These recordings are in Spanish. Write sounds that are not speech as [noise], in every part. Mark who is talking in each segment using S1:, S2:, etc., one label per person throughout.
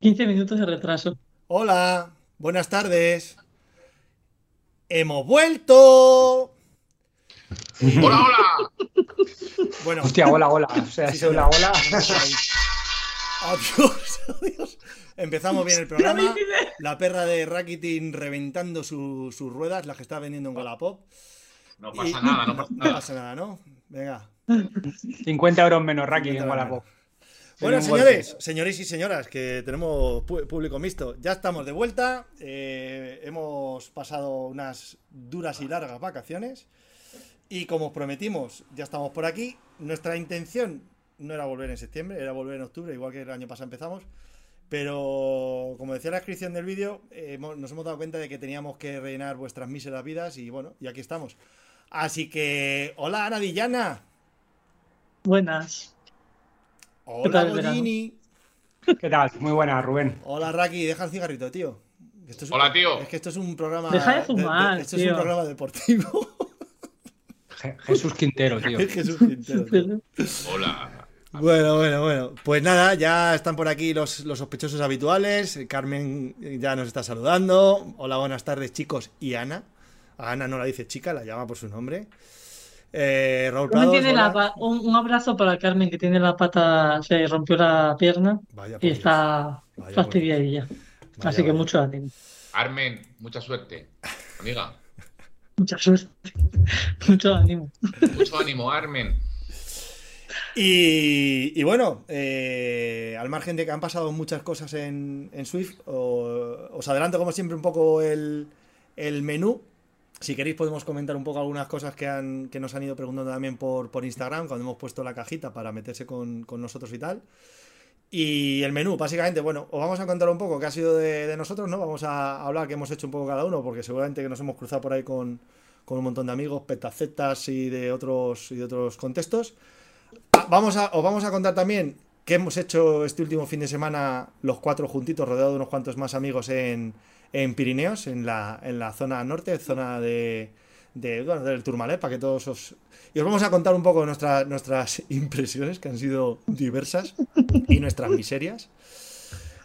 S1: 15 minutos de retraso.
S2: Hola, buenas tardes. Hemos vuelto.
S3: [laughs] ¡Hola, hola!
S2: Bueno,
S4: Hostia, hola,
S2: [laughs]
S4: hola. O sea,
S2: Sí,
S4: ese hola,
S2: señor.
S4: hola.
S2: adiós, [laughs] adiós. Empezamos bien
S1: [laughs]
S2: el programa. La perra de Rakitin reventando su- sus ruedas, la que está vendiendo en Wallapop.
S3: No
S2: Y-
S3: pasa
S2: [laughs]
S3: nada, no pasa
S2: No
S3: nada.
S2: pasa nada, ¿no? Venga.
S4: 50 euros menos Raki
S2: 50
S4: en Wallapop.
S2: Bueno,
S4: Sin un
S2: señores, señores y señoras, que tenemos pu- público mixto, ya estamos de vuelta. Eh, hemos pasado unas duras y largas vacaciones. Y como os prometimos, ya estamos por aquí. Nuestra intención no era volver en septiembre, era volver en octubre, igual que el año pasado empezamos. Pero, como decía la descripción del vídeo, eh, hemos- nos hemos dado cuenta de que teníamos que rellenar vuestras míseras vidas y bueno, y aquí estamos. Así que, hola Ana Dillana.
S1: Buenas.
S2: Hola
S1: tal el verano?
S2: Godini.
S4: ¿Qué tal? Muy buena, Rubén.
S2: Hola Raki, deja el cigarrito, tío. Esto es un-
S3: Hola, tío.
S2: Es que esto es un programa.
S1: Deja de fumar,
S2: esto es
S1: tío.
S2: un programa deportivo. [laughs]
S4: Je- Jesús Quintero, tío.
S2: Jesús Quintero, tío.
S1: [laughs]
S3: Hola.
S2: Bueno, bueno, bueno. Pues nada, ya están por aquí los, los sospechosos habituales. Carmen ya nos está saludando. Hola, buenas tardes, chicos. Y Ana. A Ana no la dice chica, la llama por su nombre. Eh, Raúl
S1: Carmen
S2: Prados,
S1: tiene la
S2: hola.
S1: pa- un, un abrazo para Carmen, que tiene la pata, se rompió la pierna
S2: Vaya por
S1: y
S2: Dios.
S1: está
S2: Vaya
S1: fastidiadilla.
S2: Vaya,
S1: Así que
S2: vaya.
S1: mucho ánimo. [laughs]
S3: Carmen, mucha suerte. Amiga,
S1: Mucha suerte. Mucho ánimo.
S3: mucho ánimo, Carmen.
S2: Y, y bueno, eh, al margen de que han pasado muchas cosas en, en Swift, o- os adelanto como siempre un poco el, el menú. Si queréis podemos comentar un poco algunas cosas que, han, que nos han ido preguntando también por, por Instagram, cuando hemos puesto la cajita para meterse con, con nosotros y tal. Y el menú, básicamente, bueno, os vamos a contar un poco qué ha sido de, de nosotros, ¿no? Vamos a hablar qué hemos hecho un poco cada uno, porque seguramente que nos hemos cruzado por ahí con, con un montón de amigos, petacetas y de otros, y de otros contextos. Ah, Vamos a, os vamos a contar también que hemos hecho este último fin de semana los cuatro juntitos, rodeados de unos cuantos más amigos en, en Pirineos, en la, en la zona norte, zona de, de, bueno, del Turmalet, para que todos os... Y os vamos a contar un poco nuestra- nuestras [laughs] impresiones, que han sido diversas, y nuestras miserias.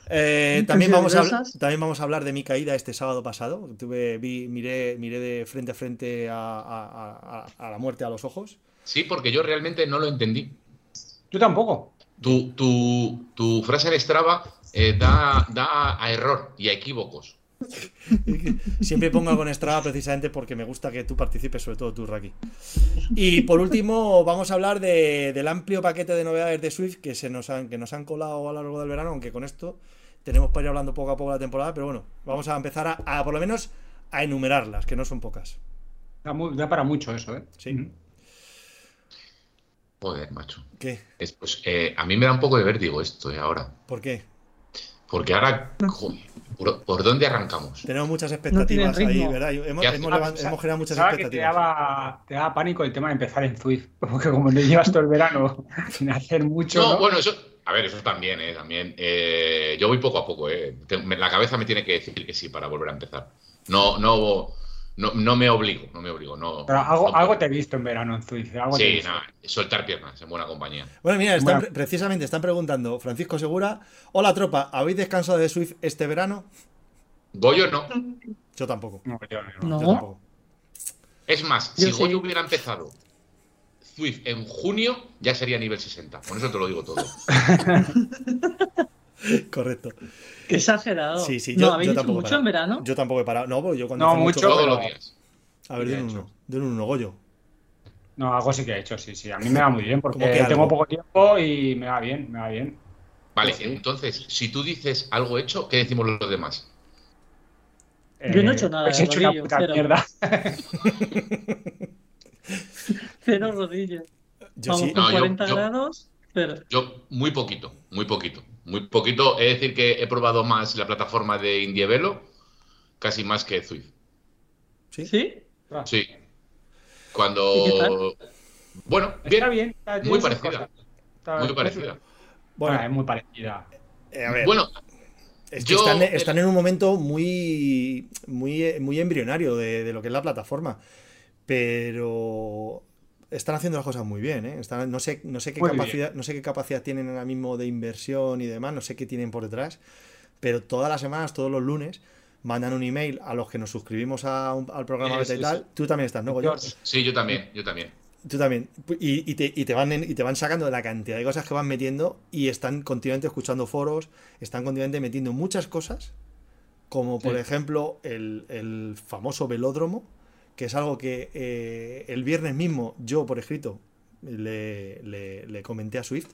S2: Eh, también, vamos a, habl-
S1: Diversas.
S2: también vamos a hablar de mi caída este sábado pasado. Tuve, vi, miré, miré de frente a frente a, a- a- a- a la muerte a los ojos.
S3: Sí, porque yo realmente no lo entendí.
S4: Tú tampoco.
S3: Tu, tu, tu frase en Strava eh, da, da a error y a equívocos.
S2: [laughs] Siempre pongo algo en Strava precisamente porque me gusta que tú participes, sobre todo tú, Raki. Y por último, vamos a hablar de- del amplio paquete de novedades de Swift que, se nos han, que nos han colado a lo largo del verano, aunque con esto tenemos para ir hablando poco a poco la temporada, pero bueno, vamos a empezar a, a, por lo menos a enumerarlas, que no son pocas.
S4: Da, mu- da para mucho eso, ¿eh?
S2: Sí.
S4: Mm.
S3: Joder, macho.
S2: ¿Qué?
S3: Es- pues, eh, a mí me da un poco de vértigo esto eh, ahora.
S2: ¿Por qué?
S3: Porque ahora, joder, ¿por, por dónde arrancamos?
S2: Tenemos muchas
S1: tienen
S2: expectativas ahí,
S1: ritmo.
S2: ¿verdad? Y Hemos,
S3: Ya-
S2: hemos levan-
S4: Pensaba-
S2: hemos generado muchas
S4: Ah, pensaba que te
S2: expectativas.
S4: daba, te daba pánico el tema de empezar en Zwift. [laughs] Porque como te llevas todo el verano [laughs] sin hacer mucho.
S3: No,
S4: ¿no?
S3: bueno, eso. A ver, eso también, ¿eh? También. eh, yo voy poco a poco, ¿eh? Te- me- la cabeza me tiene que decir que sí para volver a empezar. No, no, no, no me obligo, no me obligo. No,
S4: Pero algo,
S3: no
S4: algo
S3: puedo.
S4: te he visto en verano en Zwift. ¿eh? Algo te he
S3: Sí,
S4: visto.
S3: nada, soltar piernas, en buena compañía.
S2: Bueno, mira, están-
S4: Bueno.
S2: precisamente están preguntando Francisco Segura, hola tropa, ¿habéis descansado de Swift este verano?
S3: Goyo no.
S2: Yo tampoco.
S4: No, yo
S1: No.
S2: Yo tampoco.
S3: Es más,
S1: Yo
S3: si
S1: sí.
S3: Goyo hubiera empezado Zwift en junio, ya sería nivel 60. Con eso te lo digo todo.
S2: Correcto.
S1: Qué exagerado.
S2: Sí, sí,
S1: ¿No
S2: yo-
S1: habéis
S2: yo
S1: hecho
S2: tampoco
S1: mucho
S2: para.
S1: en verano?
S2: Yo tampoco he parado. No, porque yo cuando.
S4: No,
S2: hace
S4: mucho.
S3: Todos
S4: pero-
S3: los días.
S2: A ver,
S3: Ya
S2: de un
S3: he hecho.
S2: uno. De un uno, Goyo.
S4: No, algo sí que he hecho, sí, sí. A mí me va muy bien porque
S2: Como que algo.
S4: tengo poco tiempo y me va bien, me va bien.
S3: Vale,
S4: Sí.
S3: entonces, si tú dices algo hecho, ¿qué decimos los demás?
S1: Yo no he hecho nada,
S4: Has Eh, pues hecho una
S1: Rodrigo,
S4: puta
S1: cero.
S4: mierda.
S1: Cero rodillas.
S2: Yo
S1: Vamos
S2: sí.
S1: con
S3: No, yo-
S1: 40
S3: yo-
S1: grados, pero
S3: Yo, muy poquito, muy poquito, muy poquito. Es decir, que he probado más la plataforma de Indievelo, casi más que Zwift.
S2: Sí.
S1: ¿sí?
S3: Sí.
S1: ¿Y qué
S3: Cuando. Bueno,
S4: Está
S3: bien,
S4: bien. está- tiene
S3: muy
S4: sus
S3: parecida.
S4: cosas. Está-
S3: muy parecida.
S4: Bueno, es
S2: Bueno,
S4: muy parecida.
S2: eh, a ver.
S3: Bueno,
S2: es que
S3: yo-
S2: están, están en un momento muy. Muy, muy embrionario de, de lo que es la plataforma. Pero. Están haciendo las cosas muy bien, ¿eh? Están- no, sé, no, sé qué
S4: Muy bien.
S2: capacidad, no sé qué capacidad tienen ahora mismo de inversión y demás, no sé qué tienen por detrás, pero todas las semanas, todos los lunes, mandan un email a los que nos suscribimos a un- al programa
S3: Sí,
S2: beta y
S3: sí,
S2: tal.
S3: sí.
S2: Tú también estás, ¿no, Goyo?
S4: George,
S3: Sí, yo también, yo también.
S2: Tú también. Y, y te, y te van en- y te van sacando de la cantidad de cosas que van metiendo y están continuamente escuchando foros, están continuamente metiendo muchas cosas, como por
S4: Sí.
S2: ejemplo el, el famoso velódromo, que es algo que eh, el viernes mismo yo por escrito le, le- le comenté a Swift,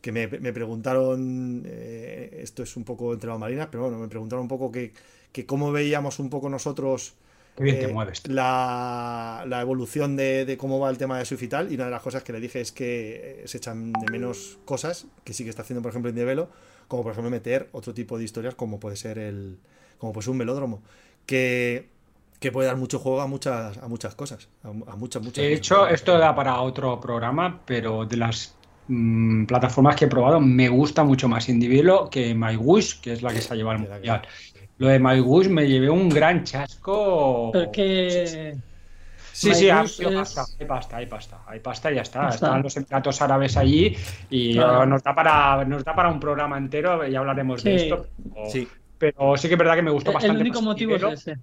S2: que me, me preguntaron, eh, esto es un poco entre las marinas, pero bueno, me preguntaron un poco que, que cómo veíamos un poco nosotros
S4: Qué bien te
S2: eh,
S4: mueves.
S2: La, la evolución de, de cómo va el tema de Swift y tal. Y una de las cosas que le dije es que eh, se echan de menos cosas que sí que está haciendo, por ejemplo, Indevelo, como por ejemplo meter otro tipo de historias como puede ser el. como puede ser un velódromo. Que, que puede dar mucho juego a muchas, a muchas cosas. A, mu- a muchas, muchas
S4: De
S2: muchas
S4: hecho,
S2: cosas.
S4: esto da para otro programa, pero de las mm, plataformas que he probado, me gusta mucho más Indivelo que MyWish, que es la que se ha llevado al
S2: Que la que-
S4: mundial. Lo de MyWish me llevé un gran chasco.
S2: Oh,
S1: Porque
S4: Sí, sí, ha
S1: MyWish
S4: habido
S1: es-
S4: pasta, hay pasta, hay pasta, hay pasta y ya está.
S1: Pasta.
S4: Están los emiratos árabes allí y
S1: Claro.
S4: eh, nos, da para, nos da para un programa entero, ya hablaremos de
S1: Sí.
S4: esto. Pero,
S2: Sí,
S4: pero sí que es verdad que me gustó
S1: el
S4: bastante.
S1: único
S4: más
S1: motivo es
S4: Indivelo.
S1: ese.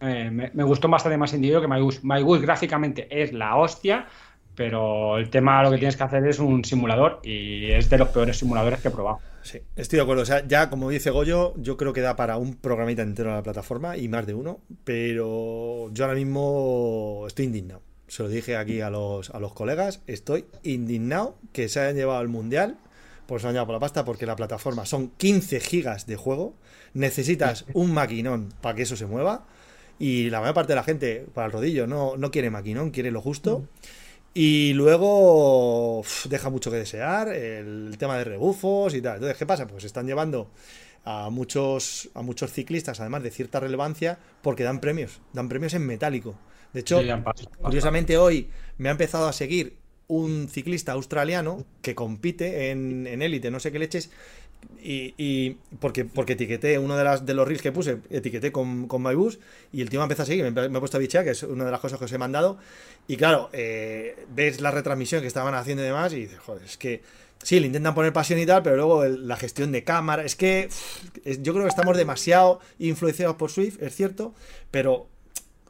S4: Eh, me, me gustó bastante más individuo que MyWish. MyWish gráficamente es la hostia, pero el tema lo que tienes que hacer es un simulador y es de los peores simuladores que he probado.
S2: sí, estoy de acuerdo. O sea, ya como dice Goyo, yo creo que da para un programita entero a la plataforma y más de uno. Pero yo ahora mismo estoy indignado. Se lo dije aquí a los, a los colegas. Estoy indignado que se hayan llevado al mundial. Por se lo han llevado por la pasta, porque la plataforma son 15 gigas de juego. Necesitas un maquinón para que eso se mueva. Y la mayor parte de la gente, para el rodillo, no, no quiere maquinón, quiere lo justo. Y luego uf, deja mucho que desear el tema de rebufos y tal. Entonces, ¿qué pasa? Pues están llevando a muchos, a muchos ciclistas, además de cierta relevancia, porque dan premios, dan premios en metálico. De hecho,
S4: Sí, ya han pasado.
S2: Curiosamente hoy me ha empezado a seguir un ciclista australiano que compite en en élite, no sé qué leches, y, y porque, porque etiqueté uno de, las, de los reels que puse, etiqueté con, con MyBus, y el tío me empezó a seguir, me, empe- me ha puesto a bichear, que es una de las cosas que os he mandado, y claro, eh, ves la retransmisión que estaban haciendo y demás, y dices, joder, es que sí, le intentan poner pasión y tal, pero luego el- la gestión de cámara, es que pff, es- yo creo que estamos demasiado influenciados por Swift, es cierto, pero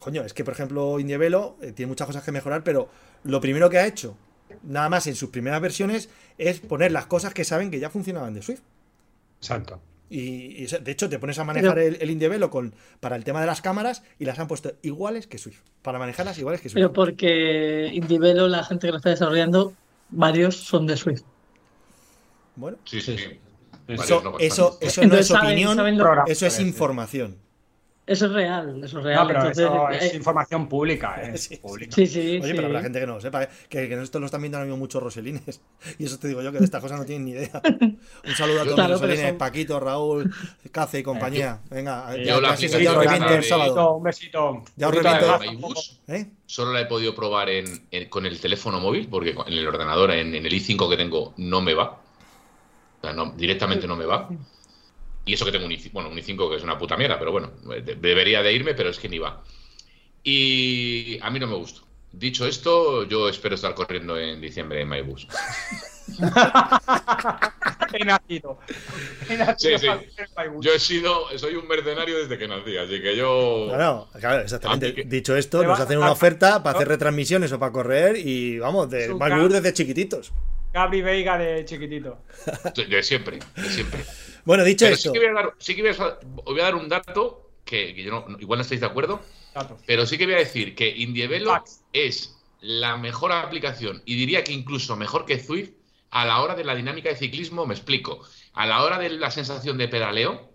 S2: Coño, es que por ejemplo Indievelo eh, tiene muchas cosas que mejorar, pero lo primero que ha hecho, nada más en sus primeras versiones, es poner las cosas que saben que ya funcionaban de Swift.
S4: Exacto.
S2: Y, y, o sea, de hecho te pones a manejar el, el Indievelo con, para el tema de las cámaras y las han puesto iguales que Swift. Para manejarlas iguales que Swift.
S1: Pero porque Indivelo, la gente que lo está desarrollando, varios son de Swift.
S2: bueno,
S3: Sí, sí.
S4: Sí, sí.
S3: Varios,
S2: eso,
S3: no, bastantes.
S2: eso, eso no
S1: Entonces
S2: es
S1: saben-
S2: opinión,
S1: saben lo-
S4: Programa.
S2: eso es
S4: Sí, sí.
S2: información.
S1: Eso es real, eso es real.
S4: No, pero
S1: Entonces,
S4: eso es
S1: eh,
S4: información pública.
S2: [laughs]
S4: eh,
S2: Sí, sí.
S4: pública.
S1: sí, sí,
S2: Oye,
S1: sí.
S2: pero la gente que no lo sepa, ¿eh? que, que esto lo están viendo ahora mismo muchos roselines. [laughs] Y eso te digo yo que de estas cosas no tienen
S1: [laughs]
S2: ni idea. Un saludo a todos
S1: Claro,
S2: los
S1: pero
S2: roselines,
S1: son-
S2: Paquito, Raúl, Cace y compañía. Venga,
S4: Eh,
S2: ya,
S3: yo la
S2: casi-
S3: aplicación
S2: ya os
S3: de
S2: reviento el
S3: Raúl.
S2: sábado.
S4: Un besito. un
S2: Ya os
S4: poquito de
S2: repito.
S4: gaza,
S3: Hay
S4: un poco.
S3: bus.
S2: ¿Eh?
S3: Solo la he podido probar en- en- con el teléfono móvil, porque con- en el ordenador, en, en el i5 que tengo, no me va. O sea, no- directamente no me va. Y eso que tengo un i5, bueno, un i5 que es una puta mierda, pero bueno, eh, de- debería de irme, pero es que ni va. Y a mí no me gustó. Dicho esto, yo espero estar corriendo en diciembre en MyBus.
S4: He nacido. He nacido
S3: Sí, sí.
S4: para hacer MyWish.
S3: Yo he sido, soy un mercenario desde que nací, así que yo...
S2: Claro, claro, exactamente.
S3: Ah, que-
S2: Dicho esto,
S4: Te
S2: nos
S4: vas
S2: hacen
S4: a-
S2: una oferta para
S4: ¿no?
S2: hacer retransmisiones o para correr y vamos, de
S4: Su
S2: Malbur
S4: ca-
S2: desde chiquititos.
S4: Gabri Veiga de chiquitito.
S3: De siempre, de siempre.
S2: Bueno, dicho
S3: Pero sí
S2: esto,
S3: que voy a dar, sí que voy a- os voy a dar un dato que, que yo no- no- igual no estáis de acuerdo,
S4: Datos.
S3: pero sí que voy a decir que Indievelo
S4: Facts.
S3: es la mejor aplicación y diría que incluso mejor que Zwift a la hora de la dinámica de ciclismo, me explico, a la hora de la sensación de pedaleo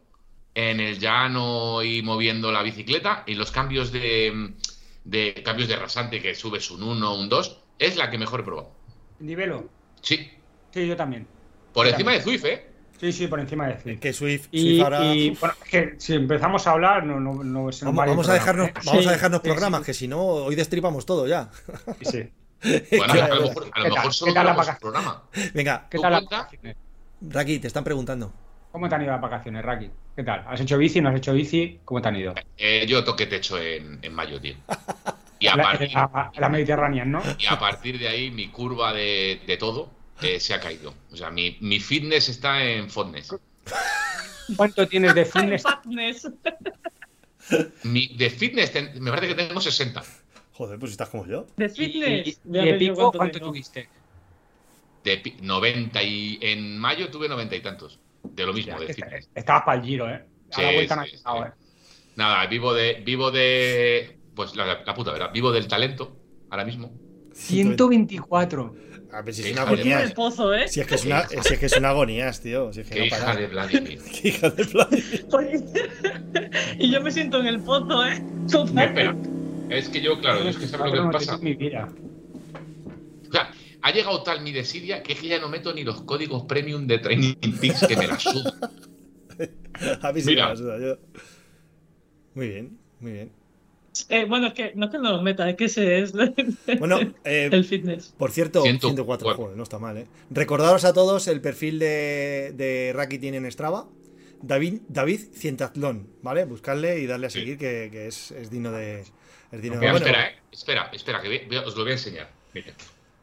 S3: en el llano y moviendo la bicicleta y los cambios de, de cambios de rasante que subes un 1, un 2, es la que mejor he probado.
S4: Nivelo.
S3: Sí,
S4: Sí, yo también.
S3: por
S4: Sí,
S3: encima de Zwift, ¿eh?
S4: Sí, sí, por encima de decir.
S2: que Swift,
S4: Y,
S2: Swift ahora.
S4: y, bueno, es que si empezamos a hablar, no, no, no es
S2: Vamos, vamos a dejarnos, vamos
S1: Sí,
S2: a dejarnos
S4: sí,
S2: programas, que si no, hoy destripamos todo ya.
S4: [laughs]
S2: [laughs]
S4: Sí, sí.
S3: Bueno, a lo mejor, a lo
S4: ¿Qué tal?
S3: mejor solo
S4: ¿Qué tal la
S3: grabamos un
S4: vaca?
S3: programa.
S2: Venga,
S4: ¿Qué
S3: ¿Tú
S4: tal las
S3: cuenta?
S4: vacaciones?
S2: Raki, te están preguntando.
S4: ¿Cómo te han ido las vacaciones, Raki? ¿Qué tal? ¿Has hecho bici? ¿No has hecho bici? ¿Cómo te han ido?
S3: Eh, yo toqué techo en, en mayo,
S4: [laughs]
S3: tío. Y a,
S4: La,
S3: partir,
S4: la- la Mediterránea,
S2: [laughs]
S4: ¿no?
S3: y a partir de ahí mi curva de, de todo eh, se ha caído. O sea, mi, mi fitness está en fitness.
S4: ¿Cuánto
S3: [laughs]
S4: tienes de fitness?
S1: Fatness.
S3: Mi, de fitness ten- me parece que tengo 60.
S2: Joder, pues estás como yo.
S1: De
S4: Y,
S1: fitness.
S4: y-
S1: Voy a
S4: y de
S1: ver yo
S4: pico, ¿cuánto,
S1: tengo.
S4: tuviste?
S3: De pi- 90 y en mayo tuve 90 y tantos. De lo mismo,
S4: Ya,
S3: de
S4: esta-
S3: fitness.
S4: Estabas para el giro, ¿eh? A la
S3: Sí,
S4: vuelta no ha
S3: sí,
S4: llegado,
S3: sí.
S4: ¿eh?
S3: Nada, vivo de. Vivo de. Pues la, la puta verdad. Vivo del talento ahora mismo.
S4: 124.
S2: A ver, si
S3: Qué
S2: es una
S3: hija de
S1: Tiene
S2: agonía.
S3: madre.
S1: el pozo, ¿eh?
S2: Si es que es una, si es que es una agonías, tío. Si es que
S3: Qué
S2: no
S3: hija
S2: para.
S3: de Vladimir.
S2: [laughs] Qué hija de Vladimir.
S1: [laughs] y yo me siento en el pozo, ¿eh?
S3: No,
S1: Total.
S3: espera. Es que yo, claro, es que sabes lo que me pasa.
S4: Mi vida.
S3: O sea, ha llegado tal mi desidia que es que ya no meto ni los códigos premium de Training Peaks que me la sudan.
S2: A mí sí me
S3: Mira.
S2: ayuda, yo. Muy bien, muy bien.
S1: Eh, bueno, es que no es que no los meta, es que ese es [laughs]
S2: Bueno, eh,
S1: el fitness.
S2: Por cierto,
S3: 104.
S2: 104 joder, no está mal, ¿eh? Recordaros a todos el perfil de, de Rakitin en Strava. David, David Cientatlón, ¿vale? Buscarle y darle a
S3: Sí.
S2: seguir, que, que es, es digno de. Es digno de-
S3: Mira,
S2: bueno,
S3: espera, eh. espera, espera, que ve- ve- os lo voy a enseñar. Mira,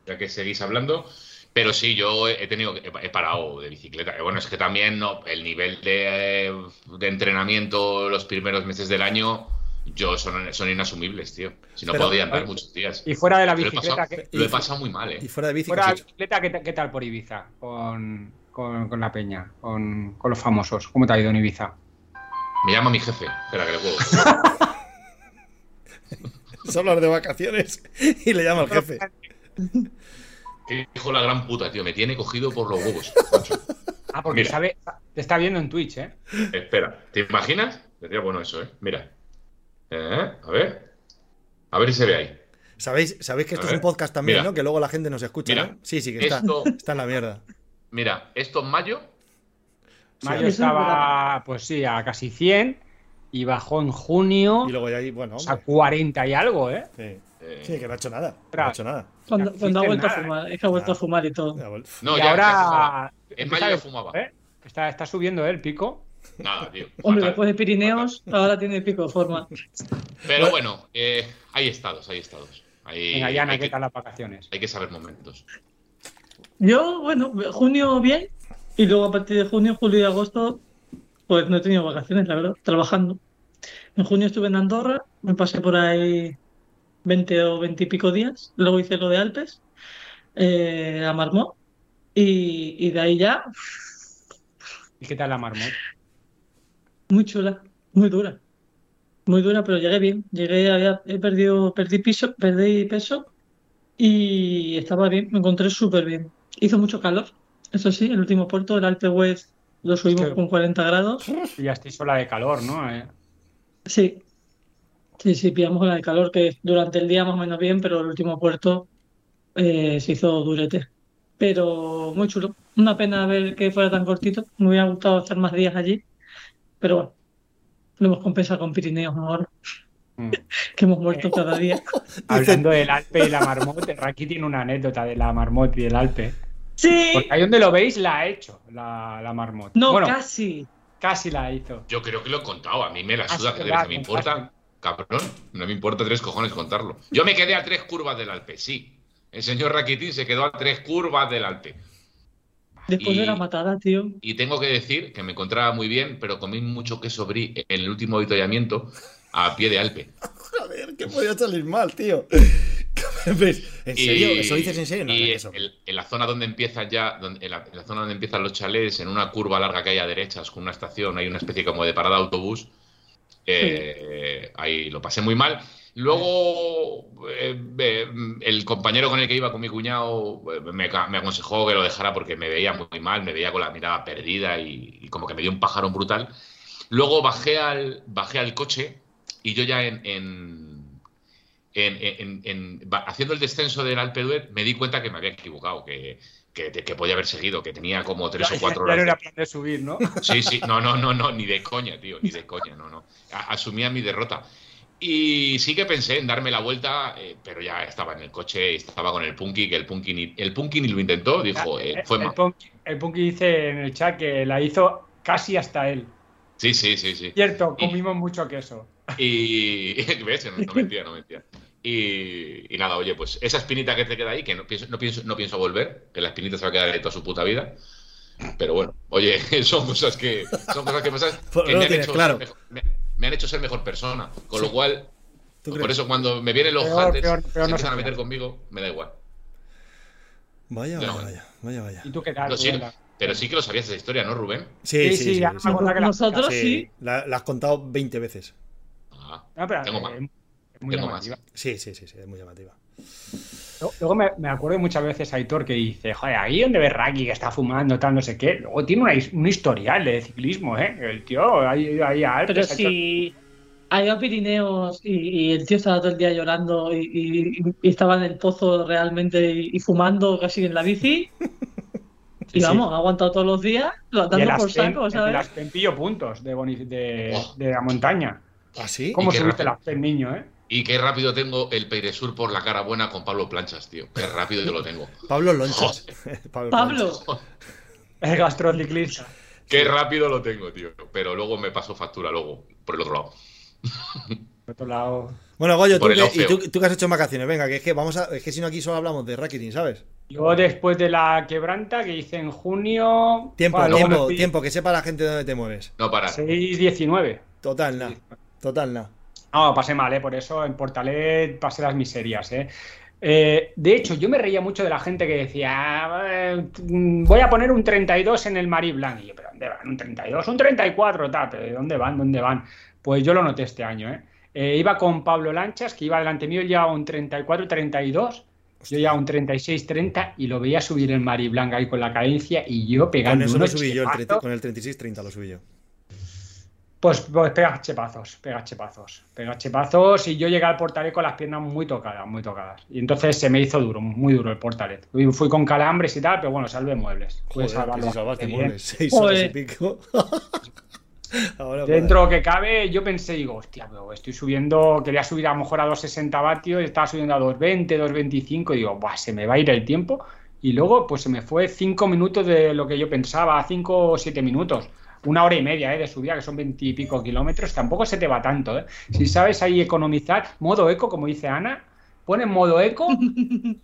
S3: ya que seguís hablando. Pero sí, yo he he tenido que- he parado de bicicleta. Eh, Bueno, es que también no, el nivel de, eh, de entrenamiento los primeros meses del año yo son, son inasumibles, tío. Si no
S2: Pero-
S3: podía andar muchos días.
S4: Y fuera de la
S3: Lo he pasado,
S4: bicicleta, ¿qué,
S3: lo he pasado muy mal,
S2: Y
S3: eh.
S2: fuera de bici,
S4: fuera
S2: ¿qué
S4: de la
S2: has hecho?
S4: bicicleta, ¿qué, ta- qué tal por Ibiza? Con, con- con la peña, con, con los famosos. ¿Cómo te ha ido en Ibiza?
S3: Me llama mi jefe. Espera, que le puedo.
S2: son los de vacaciones [laughs] y le llama al jefe.
S3: ¿Qué dijo la gran puta, tío? Me tiene cogido por los huevos. macho.
S4: Ah, porque
S3: Mira.
S4: sabe, te está viendo en Twitch, ¿eh?
S3: Espera, ¿te imaginas? Sería bueno eso, ¿eh? Mira. Eh, a ver. A ver si se ve ahí.
S2: ¿Sabéis, sabéis que esto
S3: A
S2: es un
S3: ver,
S2: podcast también,
S3: mira.
S2: ¿no? Que luego la gente nos escucha,
S3: Mira,
S2: ¿no? Sí, sí, que está,
S3: Esto,
S2: está en la mierda.
S3: mira, esto en mayo,
S2: Sí,
S4: Mayo
S1: Eso es
S4: estaba, pues sí, a casi 100 y bajó en junio
S2: Y luego ya ahí, bueno,
S4: o sea,
S2: hombre,
S4: 40 y algo, ¿eh?
S2: sí.
S3: eh,
S2: Sí, que no ha hecho nada. No ha
S4: Claro.
S2: hecho nada.
S1: Cuando,
S4: no
S1: cuando ha
S4: existe
S1: vuelto a
S4: nada,
S1: fumar, es que ha vuelto a fumar y todo.
S2: Ya vol-
S3: no,
S4: y
S3: ya, ya se fumaba.
S4: ahora
S3: En
S4: empieza
S3: mayo ya
S4: de-
S3: fumaba.
S4: ¿eh? está, está subiendo ¿eh? el pico. [laughs]
S3: Nada, tío.
S1: Hombre,
S3: fatal.
S4: pues,
S1: después de Pirineos, ahora tiene pico de forma.
S3: Pero bueno, eh, hay estados, hay estados. Hay,
S4: pues- Venga, Yana,
S3: hay,
S4: ¿qué
S3: que,
S4: tal las vacaciones?
S3: hay que saber momentos.
S1: Yo, bueno, junio bien, y luego a partir de junio, julio y agosto, pues no he tenido vacaciones, la verdad, trabajando. En junio estuve en Andorra, me pasé por ahí 20 o 20 y pico días, luego hice lo de Alpes, eh, a Marmó, y, y de ahí ya,
S4: ¿Y qué tal la marmot?
S1: muy chula, muy dura. Muy dura, pero llegué bien. Llegué, había, he perdido, perdí piso, perdí peso y estaba bien, me encontré súper bien. Hizo mucho calor, eso sí, el último puerto, el Alpe West, lo subimos
S4: Claro.
S1: con 40 grados.
S4: Y ya estoy sola de calor, ¿no? Eh,
S1: Sí, sí, sí, pillamos la de calor, que durante el día más o menos bien, pero el último puerto eh, se hizo durete. Pero muy chulo. Una pena ver que fuera tan cortito. Me hubiera gustado hacer más días allí, pero bueno, lo hemos compensado con Pirineos ahora, [laughs]
S4: mm.
S1: que hemos muerto
S4: Eh.
S1: cada
S4: [laughs]
S1: día.
S4: Hablando del Alpe y la marmot, Raki tiene una anécdota de la marmot y del Alpe.
S1: Sí,
S4: Porque ahí donde lo veis la ha hecho, la, la marmot.
S1: no,
S4: Pues bueno, casi.
S1: casi.
S4: la hizo.
S3: Yo creo que lo he contado, a mí me la suda,
S4: Ah,
S3: que
S4: sí, la
S3: me importa, cabrón. No me importa tres cojones contarlo. Yo me quedé a tres curvas del Alpe, sí. El señor Rakitín se quedó a tres curvas del Alpe.
S1: Después de la
S3: Y-
S1: matada, tío.
S3: Y tengo que decir que me encontraba muy bien, pero comí mucho queso brie en el último avituallamiento a pie de Alpe.
S2: [laughs] Joder, que podía salir mal, tío. [laughs] ¿Ves? ¿En
S3: Y-
S2: serio? ¿Eso dices en serio? No,
S3: y
S2: no,
S3: en-
S2: eso.
S3: en, en la zona donde empiezan ya, donde- en, la, en la zona donde empiezan los chalés, en una curva larga que hay a derechas, con una estación, hay una especie como de parada de autobús. eh, Ahí lo pasé muy mal. Luego eh, eh, el compañero con el que iba con mi cuñado eh, me, ca- me aconsejó que lo dejara porque me veía muy mal, me veía con la mirada perdida y, y como que me dio un pajarón brutal. Luego bajé al, bajé al coche y yo ya en, en- en- en- en- va- haciendo el descenso del Alpe d'Huez me di cuenta que me había equivocado, que, que, que podía haber seguido, que tenía como tres o cuatro
S4: Ya
S3: horas.
S4: no
S3: de-
S4: era plan de subir, ¿no?
S3: Sí, sí, no, no, no, no, ni de coña, tío, ni de coña, no, no. A- Asumía mi derrota. Y sí que pensé en darme la vuelta, eh, pero ya estaba en el coche, estaba con el Punky, que el Punky ni, el punky ni lo intentó, dijo, eh, fue
S4: Ah, el,
S3: mal.
S4: Punky, el Punky dice en el chat que la hizo casi hasta él.
S3: Sí, sí, sí, sí.
S4: Cierto, comimos mucho queso.
S3: Y. [laughs] ¿Ves? No, no mentía, no mentía. Y, y nada, oye, pues esa espinita que te queda ahí, que no pienso, no pienso, no pienso volver, que la espinita se va a quedar ahí toda su puta vida. Pero bueno, oye, [laughs] son cosas que, son cosas
S2: [laughs]
S3: que pasan
S2: Pues
S3: que
S2: lo
S3: me, han
S2: tienes
S3: hecho
S2: claro.
S3: ser mejor- me, me han hecho ser mejor persona. Con lo
S2: Sí.
S3: cual,
S2: ¿Tú
S3: por
S2: crees?
S3: eso cuando me vienen los
S4: Peor,
S3: haters,
S4: peor,
S3: se
S4: peor no
S3: empiezan
S4: se
S3: a meter
S4: puede.
S3: conmigo, me da igual.
S2: Vaya, vaya,
S3: Yo no.
S2: vaya, vaya, vaya.
S4: ¿Y tú qué tal?
S3: Lo siento,
S4: Rubén?
S3: pero sí que lo sabías esa historia, ¿no, Rubén?
S2: Sí, sí, sí.
S4: ya
S2: sí,
S4: me acordaba que la-
S1: Nosotros
S2: sí.
S1: sí.
S2: La, la has contado 20 veces.
S3: Ah,
S4: No, pero,
S3: Tengo
S4: eh,
S3: más.
S4: es muy
S3: Tengo
S4: llamativa.
S2: Sí, sí, sí, sí, es muy llamativa.
S4: Lu- Luego me, me acuerdo muchas veces Aitor que dice, joder, ahí donde ves Raki que está fumando, tal, no sé qué. Luego tiene una his- un historial de ciclismo, ¿eh? El tío ahí, ahí a Alpes,
S1: Pero
S4: ha
S1: si ha ido a Pirineos y, y el tío estaba todo el día llorando y, y- y estaba en el pozo realmente y, y fumando casi en la bici. y
S2: sí.
S1: vamos, ha aguantado todos los días, lo
S4: hecho- y el
S1: dando por
S4: Aspen-
S1: saco,
S4: el
S1: ¿sabes?
S4: Aspen pilló puntos de, boni- de,
S3: Oh.
S4: de la montaña.
S2: ¿Ah, sí?
S4: ¿Cómo
S3: qué
S4: subiste el
S3: rápido.
S4: Aspen, niño, eh? [laughs]
S3: Y qué rápido tengo el Peiresur por la cara buena con Pablo Planchas, tío. Qué rápido yo lo tengo.
S2: Pablo Lonchas. [laughs] Pablo.
S1: Pablo,
S2: Lonchas.
S4: El gastrociclista.
S3: Qué rápido lo tengo, tío. Pero luego me pasó factura, luego, por el otro lado.
S4: Por otro lado.
S2: Bueno, Goyo, ¿tú
S3: Por el
S2: qué, ¿y
S3: Ofeo.
S2: tú, tú qué has hecho en vacaciones? Venga, que es que vamos a. Es que si no aquí solo hablamos de racketing, ¿sabes?
S4: Yo después de la quebranta que hice en junio...
S2: Tiempo,
S4: Bueno, luego
S2: tiempo,
S4: me fui
S2: tiempo, que sepa la gente dónde te mueves.
S3: No, para.
S4: 6-19.
S2: Total, nada. Total, nada.
S4: No, pasé mal, ¿eh? por eso en Portalet pasé las miserias. ¿eh? Eh, de hecho, yo me reía mucho de la gente que decía, "Ah, eh, t- mm, voy a poner un 32 en el Marie Blanc. Y yo, ¿pero dónde van? ¿Un 32? ¿Un 34? Tal, ¿pero de dónde van? ¿Dónde van? Pues yo lo noté este año. ¿eh? Eh, iba con Pablo Lanchas, que iba delante mío, él llevaba un 34-32. Yo llevaba un 36-30 y lo veía subir el Marie Blanc ahí con la cadencia y yo
S2: Con
S4: pegando
S2: eso lo
S4: unos
S2: subí yo, el 30
S4: chepazos.
S2: con el 36-30 lo subí yo.
S4: Pues, pues pega chepazos, pega chepazos, pega chepazos y yo llegué al portalet con las piernas muy tocadas, muy tocadas. Y entonces se me hizo duro, muy duro el portalet. Y Fui con calambres y tal, pero bueno, salvé muebles.
S2: Joder, que
S4: Pude salvarlo
S2: si salvaste
S4: bastante
S2: [laughs]
S4: bien.
S2: muebles, 6 horas y
S1: Joder.
S2: pico. [laughs] Ahora, pues, joder.
S4: Dentro que cabe, yo pensé, digo, hostia, pero estoy subiendo, quería subir a lo mejor a 260 vatios, estaba subiendo a 220, 225, y digo, Buah, se me va a ir el tiempo. Y luego, pues se me fue 5 minutos de lo que yo pensaba, 5 o 7 minutos, una hora y media ¿eh? de subida, que son 20 y pico kilómetros, tampoco se te va tanto. ¿eh? Si sabes ahí economizar, modo eco, como dice Ana, pones modo eco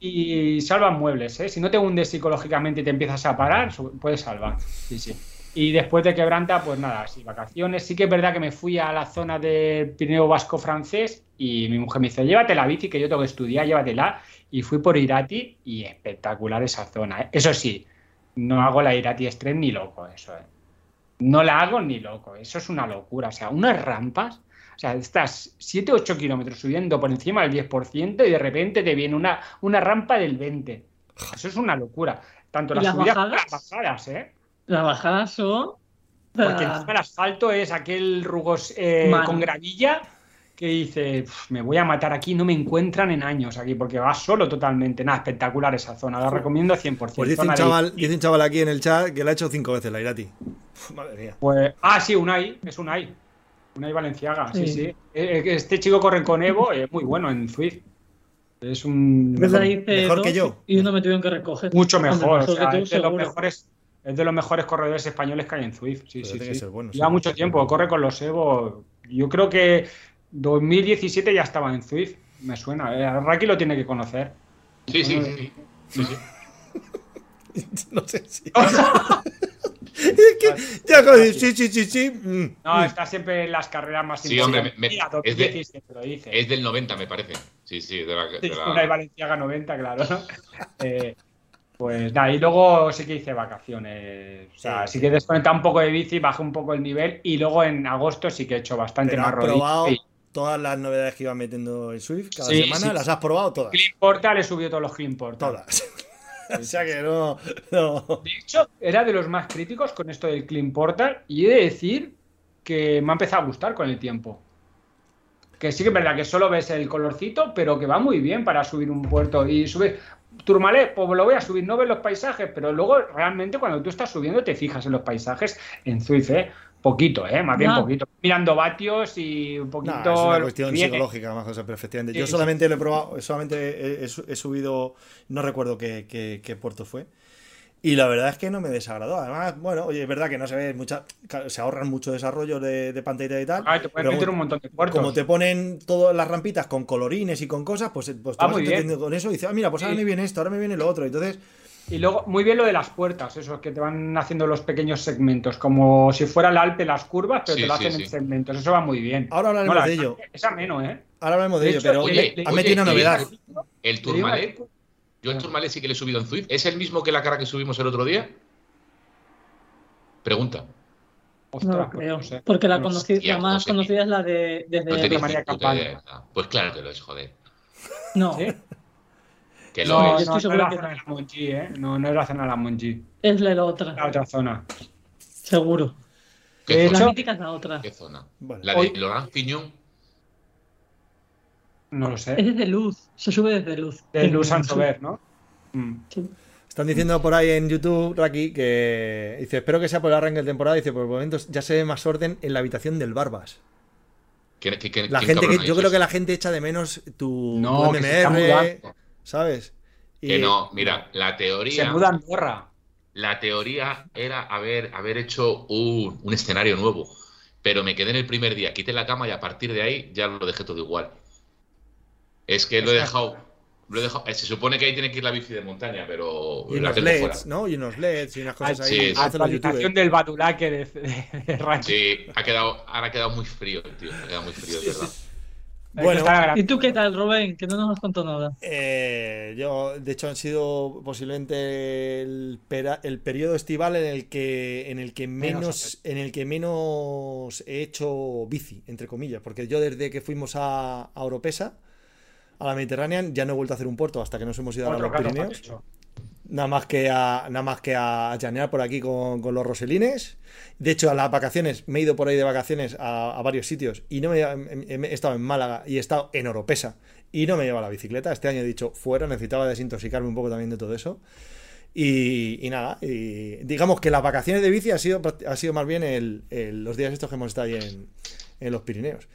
S4: y salvan muebles. ¿eh? Si no te hundes psicológicamente y te empiezas a parar, su- puedes salvar. Sí, sí. Y después de Quebranta, pues nada, sí, vacaciones. Sí que es verdad que me fui a la zona del Pirineo Vasco francés y mi mujer me dice, llévate la bici que yo tengo que estudiar, llévatela. Y fui por Irati y espectacular esa zona. ¿eh? Eso sí, no hago la Irati Extreme ni loco, eso. ¿eh? No la hago ni loco, eso es una locura. O sea, unas rampas, o sea, estás 7 8 kilómetros subiendo por encima del 10% y de repente te viene una, una rampa del 20%. Eso es una locura. Tanto
S1: ¿Y
S4: las,
S1: las
S4: subidas como
S1: bajadas?
S4: las bajadas, ¿eh?
S1: las bajadas son.
S4: Porque encima el asfalto es aquel rugos eh,
S1: Ah. Mal.
S4: con gravilla que dice, "Uf, me voy a matar aquí, no me encuentran en años aquí, porque va solo totalmente. Nada, espectacular esa zona, la recomiendo 100%.
S2: Pues dice un,
S4: Zona de-
S2: chaval, dice un chaval aquí en el chat que la ha hecho 5 veces la Irati. Uf, Madre mía. [laughs]
S4: Pues- ah, sí, Unai, es Unai. Unai Valenciaga, sí,
S1: Sí.
S4: sí. Eh, eh, Este chico corre con Evo, es muy bueno en Zwift. Es un...
S2: Mejor-
S1: Entonces hice
S2: mejor
S1: dos
S2: que yo.
S1: Y uno me tuvieron que recoger.
S4: Mucho mejor,
S1: Hombre,
S4: o sea,
S1: que tú,
S4: es de, los
S1: seguro.
S4: mejores, es de los mejores corredores españoles que hay en Zwift. Sí,
S2: Pero
S4: sí,
S2: tiene que
S4: sí.
S2: ser bueno,
S4: Lleva
S2: sí.
S4: mucho tiempo, corre con los Evo. Yo creo que 2017 ya estaba en Zwift, me suena. Eh, a Raki lo tiene que conocer.
S3: Sí, sí, sí. sí, sí.
S2: No sé
S4: [laughs]
S2: si. [laughs] es que. Ya, joder, sí, sí, sí, sí. mm.
S4: No, está siempre en las carreras más
S3: Sí, hombre, me- me-
S4: Mira,
S3: es de-
S4: 2017 lo dice.
S3: Es del 90, me parece. Sí, sí,
S4: [laughs]
S3: de la. de
S4: Sí,
S3: la-
S4: Una y Valenciaga 90, claro. [laughs] Eh, pues nada, y luego sí que hice vacaciones. O sea,
S2: Sí,
S4: sí,
S2: sí.
S4: que desconecté un poco de bici, bajé un poco el nivel y luego en agosto sí que he hecho bastante
S2: Pero
S4: más
S2: has
S4: rodillo.
S2: probado
S4: Sí.
S2: todas las novedades que iban metiendo en Swift cada
S4: Sí,
S2: semana.
S4: sí.
S2: Las has probado todas.
S4: Clean Portal, he subido todos los Clean Portal.
S2: Todas. [laughs] o sea que no. no.
S4: De hecho, era de los más críticos con esto del Clean Portal y he de decir que me ha empezado a gustar con el tiempo. Que sí que es verdad que solo ves el colorcito, pero que va muy bien para subir un puerto y subir. Turmalet, pues lo voy a subir, no ves los paisajes, pero luego realmente cuando tú estás subiendo te fijas en los paisajes en Zwift, ¿eh? Poquito, ¿eh? Más bien
S1: No.
S4: poquito. Mirando vatios y un poquito...
S2: Nah, es una
S4: lo
S2: cuestión
S4: que viene.
S2: psicológica, más cosas, pero efectivamente.
S4: Sí,
S2: Yo
S4: sí,
S2: solamente lo he probado, solamente he, he su- he subido, no recuerdo qué, qué- qué puerto fue. Y la verdad es que no me desagradó. Además, bueno, oye, es verdad que no se ve mucha, claro, se ahorran mucho desarrollo de, de pantalla y tal.
S4: Ah, te puedes
S2: pero
S4: meter
S2: como-
S4: un montón de puertos.
S2: como te ponen todas las rampitas con colorines y con cosas, pues, pues te
S4: Ah,
S2: vas
S4: muy bien.
S2: entendiendo con eso y dices, ah, mira, pues ahora
S4: Sí.
S2: me viene esto, ahora me viene lo otro. Entonces,
S4: Y luego, muy bien lo de las puertas, esos que te van haciendo los pequeños segmentos, como si fuera el Alpe las curvas, pero
S3: Sí,
S4: te lo
S3: sí,
S4: hacen
S3: sí.
S4: en segmentos, eso va muy bien.
S2: Ahora hablaremos
S4: No, la
S2: de
S4: verdad
S2: ello.
S4: que Es ameno, ¿eh?
S2: Ahora hablaremos de,
S4: De
S2: ello,
S4: hecho,
S2: pero
S4: oye,
S2: me-
S4: le-
S2: han metido una
S3: oye,
S2: novedad.
S3: le- El
S4: Te digo
S3: Tourmalet,
S4: que-
S3: yo el Tourmalet sí que le he subido en Zwift. ¿Es el mismo que la cara que subimos el otro día? Pregunta.
S1: No lo
S4: pues, Ostras,
S1: creo. Pues,
S4: no sé. pues
S1: Porque la,
S4: No
S1: conocí-
S3: hostia,
S1: la más
S3: José.
S1: conocida es la de. Desde
S3: No tenéis
S4: María
S3: ni puta
S4: Campana.
S3: idea, ¿verdad? Pues claro que lo es, joder.
S1: No,
S4: sé.
S3: Que lo
S4: No,
S1: yo
S3: es.
S1: estoy
S4: no, no
S1: seguro
S4: es la
S1: que
S4: zona
S1: no.
S4: de la Monchi, ¿eh? No, no es la zona de la Monchi.
S1: es la, la
S4: La
S1: otra,
S4: otra zona.
S1: seguro.
S3: ¿Qué,
S4: Ah. de
S1: La
S3: zona?
S4: hecho-
S1: mítica es la otra.
S3: ¿Qué zona?
S2: Bueno,
S3: La de
S4: Hoy-
S3: Laurent Piñón.
S4: No lo sé.
S1: [laughs] Es desde luz, se sube desde luz.
S4: De Luz Sansover, ¿no? Mm.
S1: Sí.
S2: Están diciendo por ahí en YouTube, Raki, que dice, espero que sea por el arranque de temporada. Dice, por el momento ya se ve más orden en la habitación del Barbas.
S3: ¿Quién- quién- quién-
S2: La
S3: quién
S2: gente que,
S3: cabrón
S2: yo
S3: es
S2: creo que
S3: ese?
S2: la gente echa de menos tu,
S4: No,
S2: tu
S4: que se está mudando.
S2: ¿sabes? Y-
S3: Que no, mira, la
S4: Se
S3: teoría,
S4: muda a Andorra.
S3: la teoría era haber, haber hecho un, un escenario nuevo. Pero me quedé en el primer día, quité la cama y a partir de ahí ya lo dejé todo igual. Es que lo he
S4: Exacto.
S3: dejado. Lo he dejado eh, se supone que ahí tiene que ir la bici de montaña, pero
S2: Y
S3: la
S2: unos
S3: tengo
S2: LEDs,
S3: fuera.
S2: ¿no? Y unos LEDs y unas cosas
S4: Ah,
S2: ahí.
S3: sí,
S2: que
S3: sí.
S2: hacen los
S4: Actualización
S2: youtubers.
S4: del Batulaque de, de, de Rancho.
S3: Sí, ha quedado, ahora ha quedado muy frío, tío. Ha quedado muy frío, de verdad.
S4: Hay que
S2: Bueno.
S4: estar agradecido.
S1: ¿Y tú qué tal, Rubén? Que no nos has contado nada.
S2: Eh, yo, de hecho, han sido posiblemente el, pera- el periodo estival en el que en el que
S4: Menos
S2: menos en el que menos he hecho bici, entre comillas, porque yo desde que fuimos a, a Oropesa, a la Mediterránea, ya no he vuelto a hacer un puerto hasta que nos hemos ido a
S4: Otro
S2: los
S4: gato
S2: Pirineos.
S4: patecho.
S2: Nada más que a, nada más que a llanear por aquí con, con los roselines. De hecho, a las vacaciones me he ido por ahí de vacaciones a, a varios sitios y no me em, he, he estado en Málaga y he estado en Oropesa y no me lleva la bicicleta. Este año he dicho fuera, necesitaba desintoxicarme un poco también de todo eso. Y, y nada, y digamos que las vacaciones de bici ha sido, prácti- ha sido más bien el- el- los días estos que hemos estado ahí en, en los Pirineos.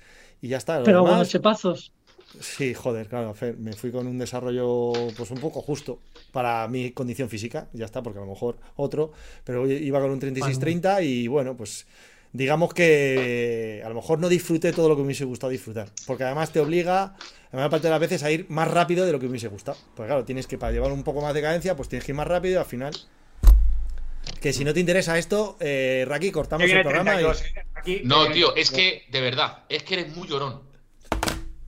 S2: Y ya está. lo
S1: Pero
S2: demás-
S1: buenos chepazos.
S2: Sí, joder, claro, Fer, me fui con un desarrollo pues un poco justo para mi condición física, ya está, porque a lo mejor otro, pero iba con un 36-30 y bueno, pues digamos que a lo mejor no disfruté todo lo que me hubiese gustado disfrutar, porque además te obliga la mayor parte de las veces a ir más rápido de lo que me hubiese gustado. Pues claro, tienes que para llevar un poco más de cadencia, pues tienes que ir más rápido y al final... Que si no te interesa esto, eh, Raki,
S4: Que
S2: cortamos el
S4: viene
S2: programa y...
S4: 32, ¿eh? Aquí, que
S3: No,
S4: viene
S3: tío, es
S4: 32.
S3: que, de verdad, es que eres muy llorón.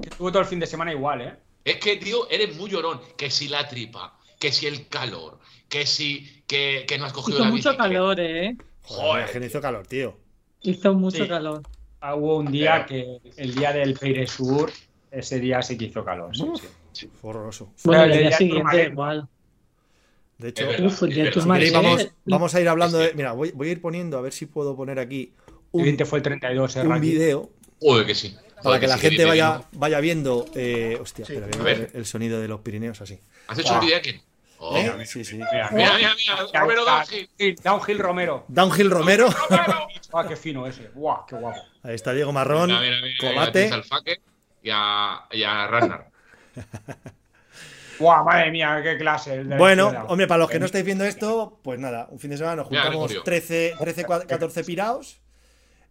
S4: Que Estuvo todo el fin de semana igual, ¿eh?
S3: Es que, tío, eres muy llorón. Que si la tripa, que si el calor, que si que, que no has cogido
S1: Hizo
S3: la
S1: mucho
S3: bici, que-
S1: calor, ¿eh?
S2: Joder, que no hizo calor, tío.
S1: Hizo mucho
S4: Sí.
S1: calor.
S4: Ah, Hubo un día que el día del Peire Sur, ese día sí que hizo calor. sí, sí.
S2: Horroroso.
S1: Bueno,
S4: Bueno,
S1: el
S4: el
S1: día
S4: día
S1: siguiente
S4: Turmalet.
S1: igual.
S2: De hecho...
S3: verdad.
S1: Uf, el día
S3: Espera, si
S1: Turmalet.
S2: Vale,
S3: Sí,
S2: vamos,
S1: Eh,
S2: vamos a ir hablando
S3: Sí.
S2: de. Mira, voy, voy a ir poniendo a ver si puedo poner aquí
S4: El
S2: un,
S4: siguiente fue el 32, ¿eh?
S2: un
S4: Raki?
S2: video
S3: Joder, que sí.
S2: para
S3: Joder,
S2: que la
S3: sí,
S2: gente
S3: dice que
S2: vaya,
S3: no.
S2: vaya viendo. eh, hostia, espera, voy a
S3: A ver.
S2: poner el sonido de los Pirineos así.
S3: ¿Has
S4: Ah.
S3: hecho un video que no? Oh.
S2: ¿Eh? Sí, sí.
S4: Mira,
S3: Mira, mira, mira, Romero Downhill.
S4: Downhill. Downhill Romero.
S2: Downhill Romero.
S4: [laughs] ¡Ah, qué fino ese! ¡Guau, qué guapo!
S2: Ahí está Diego Marrón.
S3: Mira, mira, mira, mira,
S2: Colate.
S3: tienes al Faker y a, y a Ragnar.
S4: ¡Guau, madre mía, qué clase! el de la
S2: Bueno,
S4: izquierda.
S2: hombre, para los que no estáis viendo esto, pues nada, un fin de semana nos
S3: Mira,
S2: juntamos
S3: Gregorio.
S2: 13, 13 cua- 14 piraos.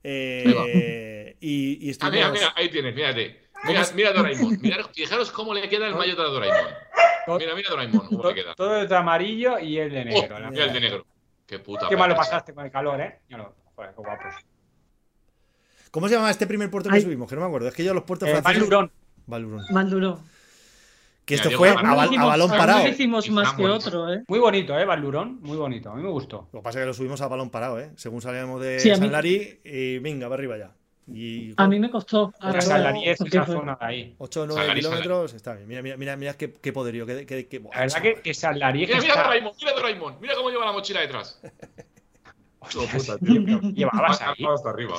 S3: Ahí va.
S2: eh, y, y
S3: Ah, mira,
S2: estuvimos.
S3: mira, ahí tienes, fíjate. Mira, mira a Doraemon. Miraros- fijaros cómo le queda el mayo de Doraemon. Mira, mira a Doraemon, cómo
S4: To-
S3: le queda.
S4: Todo de amarillo y el de negro.
S3: Oh,
S4: la
S3: mira el de
S4: verdad.
S3: negro. Qué puta.
S4: Qué malo
S3: madre.
S4: pasaste con el calor, ¿eh? Ya lo- joder, qué Eh, guapos.
S2: ¿Cómo se llama este primer puerto que
S1: Ay.
S2: subimos? Que no me acuerdo. Es que yo los puertos
S4: Eh,
S2: franceses.
S4: Valurón.
S2: Valurón.
S1: Mal duró.
S2: Que
S3: Mira,
S2: esto
S3: Diego
S2: fue a,
S3: Marrón.
S2: bal- a balón
S1: Algunos
S2: parado.
S1: hicimos
S3: Y
S1: más
S3: Fran
S1: que
S3: bonito.
S1: otro, ¿eh?
S4: Muy bonito, ¿eh? Valurón. Muy bonito. A mí me gustó.
S2: Lo que pasa es que lo subimos a balón parado, ¿eh? Según salíamos de
S1: Sí, a mí-
S2: San Lari, y venga, va arriba ya. Y
S1: A mí me costó.
S4: La
S2: Claro,
S4: sala 10,
S1: porque
S4: esa
S1: fue-
S4: zona de ahí.
S2: 8 o 9
S3: San Lari,
S2: kilómetros, está bien. Mira, mira, mira, mira qué, qué poderío. Qué, qué- qué-
S4: La verdad que, que Salarié
S3: Mira, mira a
S4: está...
S3: Doraemon, mira a Doraemon. Mira cómo lleva la mochila detrás.
S4: Hostias,
S3: Puta,
S1: tío.
S4: lo que llevabas ahí,
S3: hasta arriba.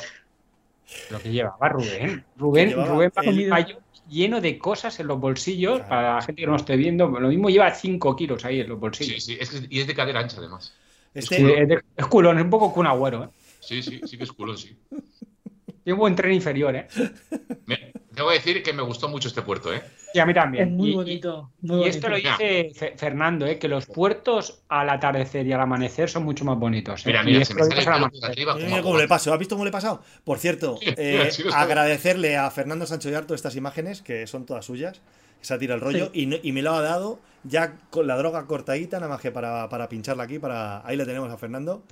S4: lo que llevaba Rubén. Rubén,
S2: llevaba
S4: Rubén va con
S1: el-
S4: un maillot lleno de cosas en los bolsillos,
S2: Claro.
S4: para la gente que no esté viendo, lo mismo lleva 5 kilos ahí en los
S3: Sí,
S4: bolsillos.
S3: sí, es que- y es de cadera ancha además.
S2: Este,
S4: Sí, es, de- es culón, es un poco Kun Agüero, ¿eh?
S3: Sí, sí, sí que es culón, sí.
S4: Tiene un buen tren inferior, ¿eh?
S3: Me- tengo que decir que me gustó mucho este puerto, ¿eh?
S4: Y a mí también.
S1: Es muy
S4: Y- y-
S1: bonito.
S4: Y,
S1: Muy
S4: esto lo
S1: bonito.
S3: bonito.
S4: dice Fe- Fernando, ¿eh? que los puertos al atardecer y al amanecer son mucho más bonitos. ¿eh?
S3: Mira,
S4: Y
S3: mira,
S4: esto
S3: se me
S4: lo
S3: sale el
S4: dices al
S3: pelo por
S4: amanecer.
S3: arriba.
S2: mira,
S3: como
S2: mira Eh, cómo le paso. ¿Has visto cómo le he pasado? Por cierto,
S3: [laughs] Sí,
S2: eh,
S3: sí, sí, sí.
S2: agradecerle a Fernando Sancho Yarto estas imágenes, que son todas suyas. Se ha tirado el rollo
S1: Sí.
S2: y, no- y me lo ha dado ya con la droga cortadita, nada más que para, para pincharla aquí. Para... Ahí le tenemos a Fernando.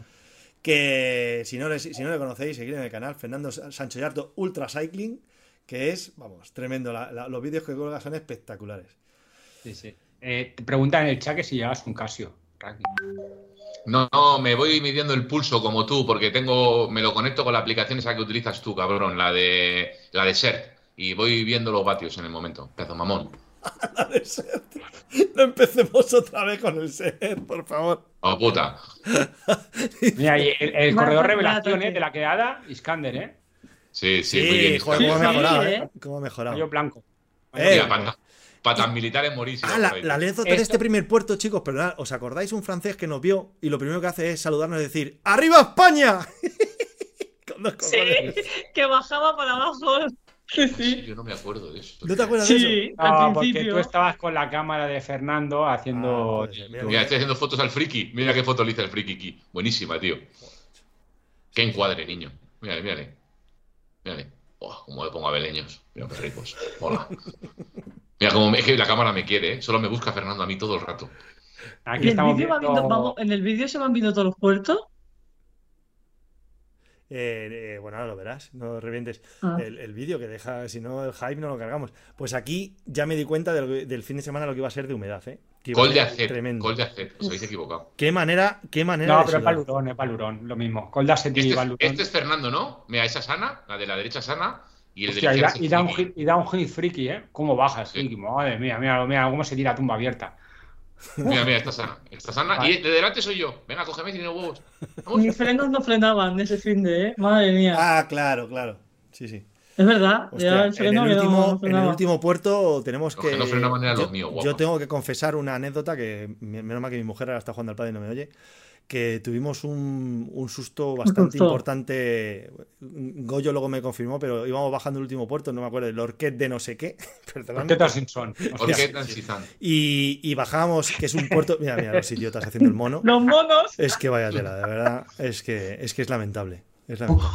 S2: Que si no le, si no le conocéis, seguid en el canal. Fernando Sa- Sancho Yarto Ultra Cycling, que es, vamos, tremendo. La- la- los vídeos que colga son espectaculares. [laughs]
S4: Sí, sí. Eh, te preguntan en el chat que si llevas un Casio. Raki.
S3: No, no, me voy midiendo el pulso como tú, porque tengo, me lo conecto con la aplicación esa que utilizas tú, cabrón, la de la de Ser. Y voy viendo los vatios en el momento. Pezo mamón.
S2: La de Ser. No empecemos otra vez con el set, por favor.
S3: Oh, puta.
S4: Mira, y el, el
S1: Más
S4: corredor
S1: más
S4: revelación,
S1: plata,
S4: ¿eh? De la quedada, Iskander, ¿eh?
S3: Sí, sí,
S2: Sí,
S3: muy bien.
S2: joder,
S1: Sí,
S2: cómo ha
S1: sí,
S2: mejorado,
S1: eh.
S2: ¿eh? Cómo ha mejorado.
S4: Yo blanco.
S2: Eh,
S3: Mira, patas, patas militares morísimas.
S2: Ah, la,
S3: por ahí.
S2: la anécdota de
S4: Esto-
S2: este primer puerto, chicos, perdonad, ¿os acordáis un francés que nos vio y lo primero que hace es saludarnos y decir ¡Arriba España! [laughs] Con dos
S1: Sí.
S2: cojones.
S1: [laughs] Que bajaba para abajo. [laughs] Sí, sí.
S3: Yo no me acuerdo de eso.
S2: ¿No te acuerdas de eso?
S1: Sí,
S4: Ah,
S1: al
S4: porque tú
S1: principio.
S4: estabas con la cámara de Fernando
S2: Ah,
S4: haciendo.
S2: puede ser, mira,
S3: Mira, estoy haciendo fotos al friki. Mira qué foto le hice al friki aquí. Buenísima, tío. Qué encuadre, niño. Mírale, mírale. Mírale. Oh, cómo le pongo a beleños. Mira qué ricos. Hola. Mira cómo me- es que la cámara me quiere, ¿eh? Solo me busca Fernando a mí todo el rato.
S4: Aquí
S1: ¿Y el
S4: estamos
S1: vídeo va
S4: viendo-
S1: viendo- vamos, ¿En el vídeo se van viendo todos los puertos?
S2: Eh, eh, bueno, ahora lo verás, no revientes.
S1: Ah.
S2: El, el vídeo que deja, si no, el hype no lo cargamos. Pues aquí ya me di cuenta del, del fin de semana lo que iba a ser de humedad, ¿eh? Que iba a
S3: Gol de
S2: ser
S3: Acet.
S2: Tremendo.
S3: Gol de Acet. Os habéis equivocado.
S2: Qué manera, qué manera
S4: No,
S2: de
S4: pero es
S2: sudar.
S4: palurón, es palurón, lo mismo. Colda Seti
S3: Este
S4: y
S3: es,
S4: palurón.
S3: este es Fernando, ¿no? Mira, esa sana, la de la derecha sana. Y el de
S4: Hostia,
S3: la
S4: y, da,
S3: izquierda
S4: y
S3: es
S4: da
S3: el
S4: un
S3: friki.
S4: hit, y da un hit friki, ¿eh? ¿Cómo baja el
S3: Sí.
S4: friki? Madre mía, mira, mira cómo se tira a tumba abierta.
S3: Mira, mira, está sana. Está sana. Y de delante soy yo. Venga, cógeme si tiene huevos. Vamos.
S1: Mis frenos no frenaban ese fin de, ¿eh? Madre mía.
S2: Ah, claro, claro. Sí, sí.
S1: Es verdad.
S2: Hostia,
S1: ya el
S2: en,
S1: freno
S2: el
S1: que no- no
S2: último, en el
S1: frenaba.
S2: último puerto tenemos
S3: Los que
S2: que.
S3: no frenaban eran
S2: yo,
S3: los míos, guapa.
S2: yo tengo que confesar una anécdota que, me- menos mal que mi mujer ahora está jugando al padre y no me oye, que tuvimos un, un susto bastante
S1: susto.
S2: importante. Goyo luego me confirmó, pero íbamos bajando el último puerto, no me acuerdo, el Orquet de no sé qué, [laughs] perdonadme.
S4: Teta Simpson.
S3: ¿Por qué
S4: Hostia.
S3: tan chizán?
S2: Y, y bajábamos, que es un puerto. Mira, mira, los idiotas haciendo el mono.
S1: Los monos.
S2: Es que vaya tela, de verdad. Es que es, que es lamentable. Es lamentable.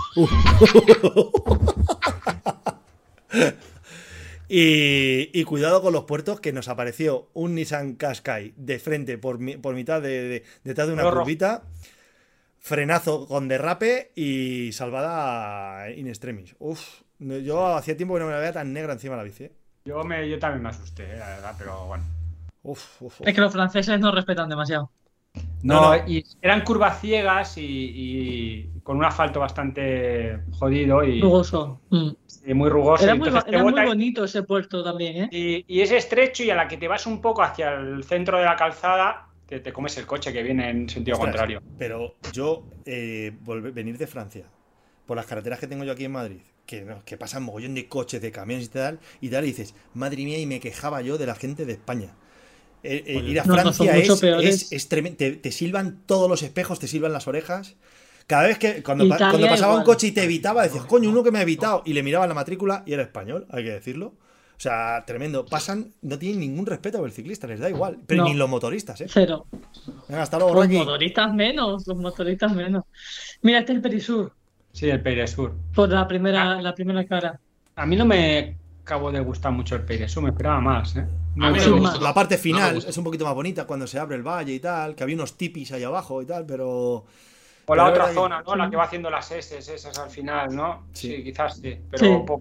S2: y, y cuidado con los puertos, que nos apareció un Nissan Qashqai de frente, por, mi- por mitad de, de- detrás de una
S4: Color rojo.
S2: curvita. Frenazo con derrape y salvada in extremis. Uf, no- yo hacía tiempo que no me la veía tan negra encima de la bici. eh.
S4: Yo, me, yo también me asusté, eh, la verdad, pero bueno.
S2: Uf, uf, uf.
S1: Es que los franceses no eh, respetan demasiado.
S4: No,
S2: No, no.
S4: y eran curvas ciegas y, y con un asfalto bastante jodido y,
S1: Lugoso. Mm.
S4: y muy
S2: Pues
S4: rugoso.
S1: Era
S4: y
S1: muy,
S4: entonces
S1: ba-
S4: te
S1: era muy
S4: bota y-
S1: bonito ese puerto también, ¿eh?
S4: Y, y es estrecho y a la que te vas un poco hacia el centro de la calzada, te, te comes el coche que viene en sentido
S2: Ostras,
S4: contrario.
S2: Pero yo, eh, volver- venir de Francia, por las carreteras que tengo yo aquí en Madrid, que, no- que pasan mogollón de coches, de camiones y tal, y tal, y dices, madre mía, y me quejaba yo de la gente de España. Eh, eh, ir a
S1: No, no, son
S2: Francia
S1: mucho
S2: es,
S1: peores.
S2: es, tremendo. Te, te silban todos los espejos, te silban las orejas. Cada vez que cuando, pa-
S1: Italia
S2: cuando pasaba un
S1: igual.
S2: coche y te evitaba, decías, coño, uno que me ha evitado. Y le miraba la matrícula y era español, hay que decirlo. O sea, tremendo. Pasan, no tienen ningún respeto por el ciclista, les da igual. Pero
S1: No.
S2: ni los motoristas, ¿eh?
S1: Cero.
S2: Venga, hasta luego,
S1: Los
S2: Rocky.
S1: motoristas menos, los motoristas menos. Mira, este es el Perisur,
S4: Sí, el Peire Sur.
S1: por la
S2: Ah.
S1: primera, la primera cara.
S4: A mí no me acabó de gustar mucho el Peire Sur, me esperaba más. ¿eh?
S3: A mí no me
S1: Suma.
S3: gusta.
S2: La parte
S3: No
S2: final
S3: me gusta.
S2: es un poquito más bonita cuando se abre el valle y tal, que había unos tipis allá abajo y tal, pero.
S4: O
S2: Pero
S4: la otra
S2: ahora-
S4: zona, ¿no? La que va haciendo las S, esas al final, ¿no?
S2: Sí.
S4: Sí, quizás sí. Pero
S1: Sí.
S4: po-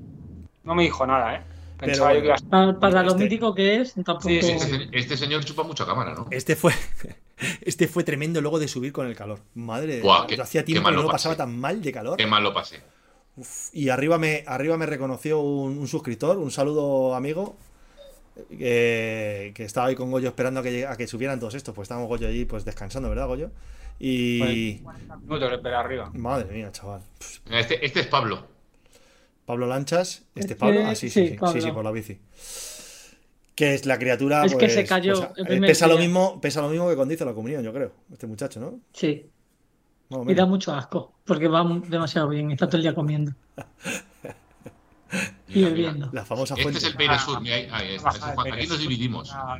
S4: no me dijo nada, ¿eh? Pensaba
S2: Pero-
S4: yo que iba a
S1: Pa- Para lo
S2: Este-
S1: mítico que es, tampoco.
S4: Sí, sí,
S3: Este, este señor chupa mucha cámara, ¿no?
S2: Este fue. [laughs] Este fue tremendo luego de subir con el calor. Madre de
S3: Buah,
S2: Dios,
S3: qué-
S2: yo hacía
S3: qué
S2: tiempo que
S3: malo
S2: no lo pasaba
S3: pasé.
S2: tan mal de calor.
S3: Qué mal lo pasé.
S2: Uf, Y arriba me, arriba me reconoció un, un suscriptor, un saludo amigo, eh, que estaba ahí con Goyo esperando a que, llegue- a que subieran todos estos, pues estábamos Goyo allí pues descansando, ¿verdad, Goyo? Y.
S4: estar minutos de espera arriba.
S2: Madre mía, chaval.
S3: Mira, Este, este es Pablo.
S2: Pablo Lanchas, este
S1: Este-
S2: Pablo, ah, sí,
S1: sí,
S2: sí, sí, sí,
S1: Pablo.
S2: sí, por la bici. Que es la criatura.
S1: Es que
S2: pues,
S1: se cayó
S2: pues,
S1: el
S2: eh,
S1: primer
S2: pesa, lo
S1: día.
S2: mismo, pesa lo mismo que cuando hizo la comunión, yo creo. Este muchacho, ¿no?
S1: Sí,
S2: Más o
S1: y da
S2: menos.
S1: mucho asco, porque va demasiado bien, está todo el día comiendo y
S3: Mira,
S1: bebiendo.
S2: La famosa
S3: Este
S2: fuente.
S3: es el Peire Sur. mira, ahí- ahí está.
S4: Baja el Peire
S3: Aquí nos
S4: Sur.
S3: dividimos.
S4: Ah,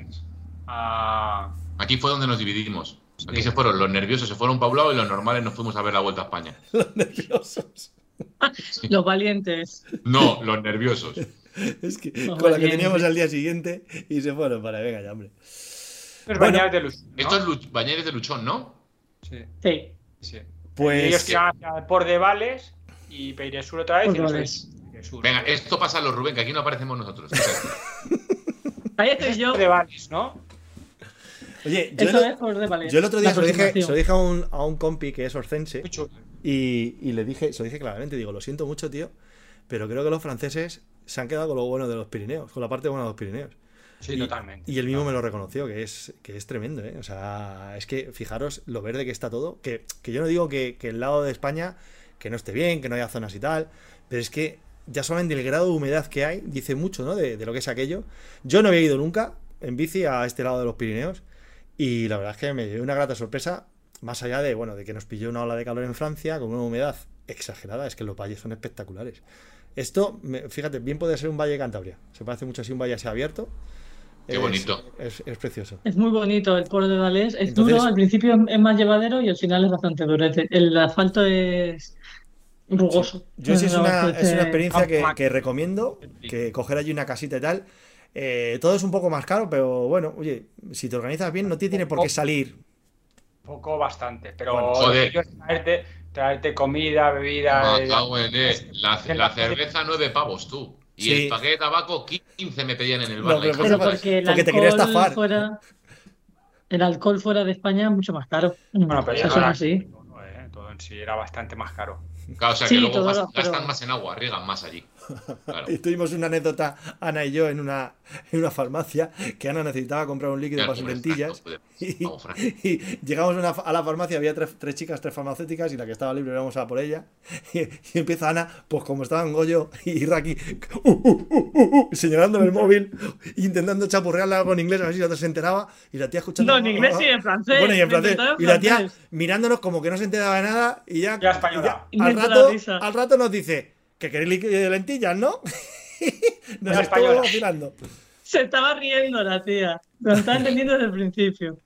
S4: ah,
S3: Aquí fue donde nos dividimos. Aquí se fueron los nerviosos, se fueron para un lado y los normales nos fuimos a ver la vuelta a España.
S2: Los nerviosos.
S1: Los valientes.
S3: No, los nerviosos.
S2: Es que con la que teníamos al día siguiente y se fueron para, venga ya, hombre.
S3: Eh,
S4: Pero
S2: Bueno,
S4: bañar de luz. ¿no?
S3: Esto es Luch- Bañeres de Luchón, ¿no?
S4: Sí,
S1: Sí.
S4: sí.
S2: Pues-
S4: Ellos que van hacia por de Vales y Peiresur otra vez. y nos
S1: Portavales.
S4: ven- Peiresur.
S3: Venga, esto pasa a los Rubén, que aquí no aparecemos nosotros.
S1: Ahí estoy yo.
S4: Por de Vales, ¿no?
S2: Oye, yo,
S1: Eso
S2: el-
S1: es por de Valencia.
S2: yo el otro día
S1: La
S2: se lo dije, se
S1: aproximación.
S2: lo dije a, un, a un compi que es orcense
S4: Muy chulo.
S2: y, y le dije, se lo dije claramente, digo, lo siento mucho, tío, pero creo que los franceses se han quedado con lo bueno de los Pirineos, con la parte buena de los Pirineos.
S4: Sí,
S2: Y-
S4: totalmente.
S2: Y él mismo me lo reconoció, que es, que es tremendo, ¿eh? O sea, es que fijaros lo verde que está todo. Que, que yo no digo que, que el lado de España que no esté bien, que no haya zonas y tal, pero es que ya solamente el grado de humedad que hay dice mucho, ¿no? De, de lo que es aquello. Yo no había ido nunca en bici a este lado de los Pirineos y la verdad es que me dio una grata sorpresa, más allá de, bueno, de que nos pilló una ola de calor en Francia con una humedad exagerada, es que los valles son espectaculares. Esto, me- fíjate, bien puede ser un valle de Cantabria. Se parece mucho así un valle así abierto.
S3: Qué
S2: Es-
S3: bonito.
S2: Es, es precioso.
S1: Es muy bonito el pueblo de Valés. Es
S2: Entonces-
S1: duro, al principio es más llevadero y al final es bastante durete. El asfalto es rugoso.
S2: Yo sí es una,
S1: Bastante-
S2: es una experiencia que,
S4: Ah,
S2: que recomiendo, que coger allí una casita y tal. Eh, todo es un poco más caro, pero bueno, oye, si te organizas bien, no te tiene por qué salir.
S4: Poco bastante, pero
S2: Bueno,
S3: joder.
S4: ellos traerte, traerte comida,
S1: Ah,
S4: bebida. eh,
S3: Me cago en él. la, la cerveza nueve pavos, tú. Y
S2: Sí.
S3: el paquete de tabaco, 15 me pedían en el
S2: No,
S3: bar.
S2: pero
S3: la
S1: Pero
S3: hija de-
S1: porque el
S2: porque te
S1: alcohol
S2: quería estafar.
S1: fuera. El alcohol fuera de España es mucho más caro.
S4: Bueno, pero
S1: Eso
S4: ya
S1: es
S4: ahora-
S1: así.
S4: todo, eh, todo en sí era bastante más caro.
S3: Claro, o sea,
S1: Sí,
S3: que luego
S1: todo
S3: gas-
S1: lo- pero-
S3: gastan más en agua, riegan
S1: [laughs]
S3: más allí. Claro.
S2: Y tuvimos una anécdota, Ana y yo, en una, en una farmacia, que Ana necesitaba comprar un líquido
S3: Mira,
S2: para sus
S3: pobre
S2: lentillas.
S3: Franco,
S2: Y,
S3: pues, Vamos, Franco.
S2: y llegamos a, una fa- a la farmacia, había tres, tres chicas, tres farmacéuticas, y la que estaba libre íbamos a por ella. [laughs] Y, y empieza Ana, pues como estaban Goyo y Raki, uh, uh, uh, uh, uh, señalándome el móvil, intentando chapurrearle algo en inglés, a ver si la otra se enteraba, y la tía escuchando.
S1: No, en inglés y en francés.
S2: [laughs] Bueno, y en
S1: Me
S2: francés.
S1: intentaba en
S2: Y la tía
S1: francés.
S2: mirándonos como que no se enteraba de nada, y ya.
S4: Ya española.
S2: y ya- al,
S1: Inventa la
S2: rato,
S1: risa.
S2: al rato nos dice que queréis líquido de lentillas, ¿no? [laughs] Nos estuvo
S4: Ya española.
S2: vacilando. [laughs]
S1: Se estaba riendo la tía. Lo estaba entendiendo desde el principio.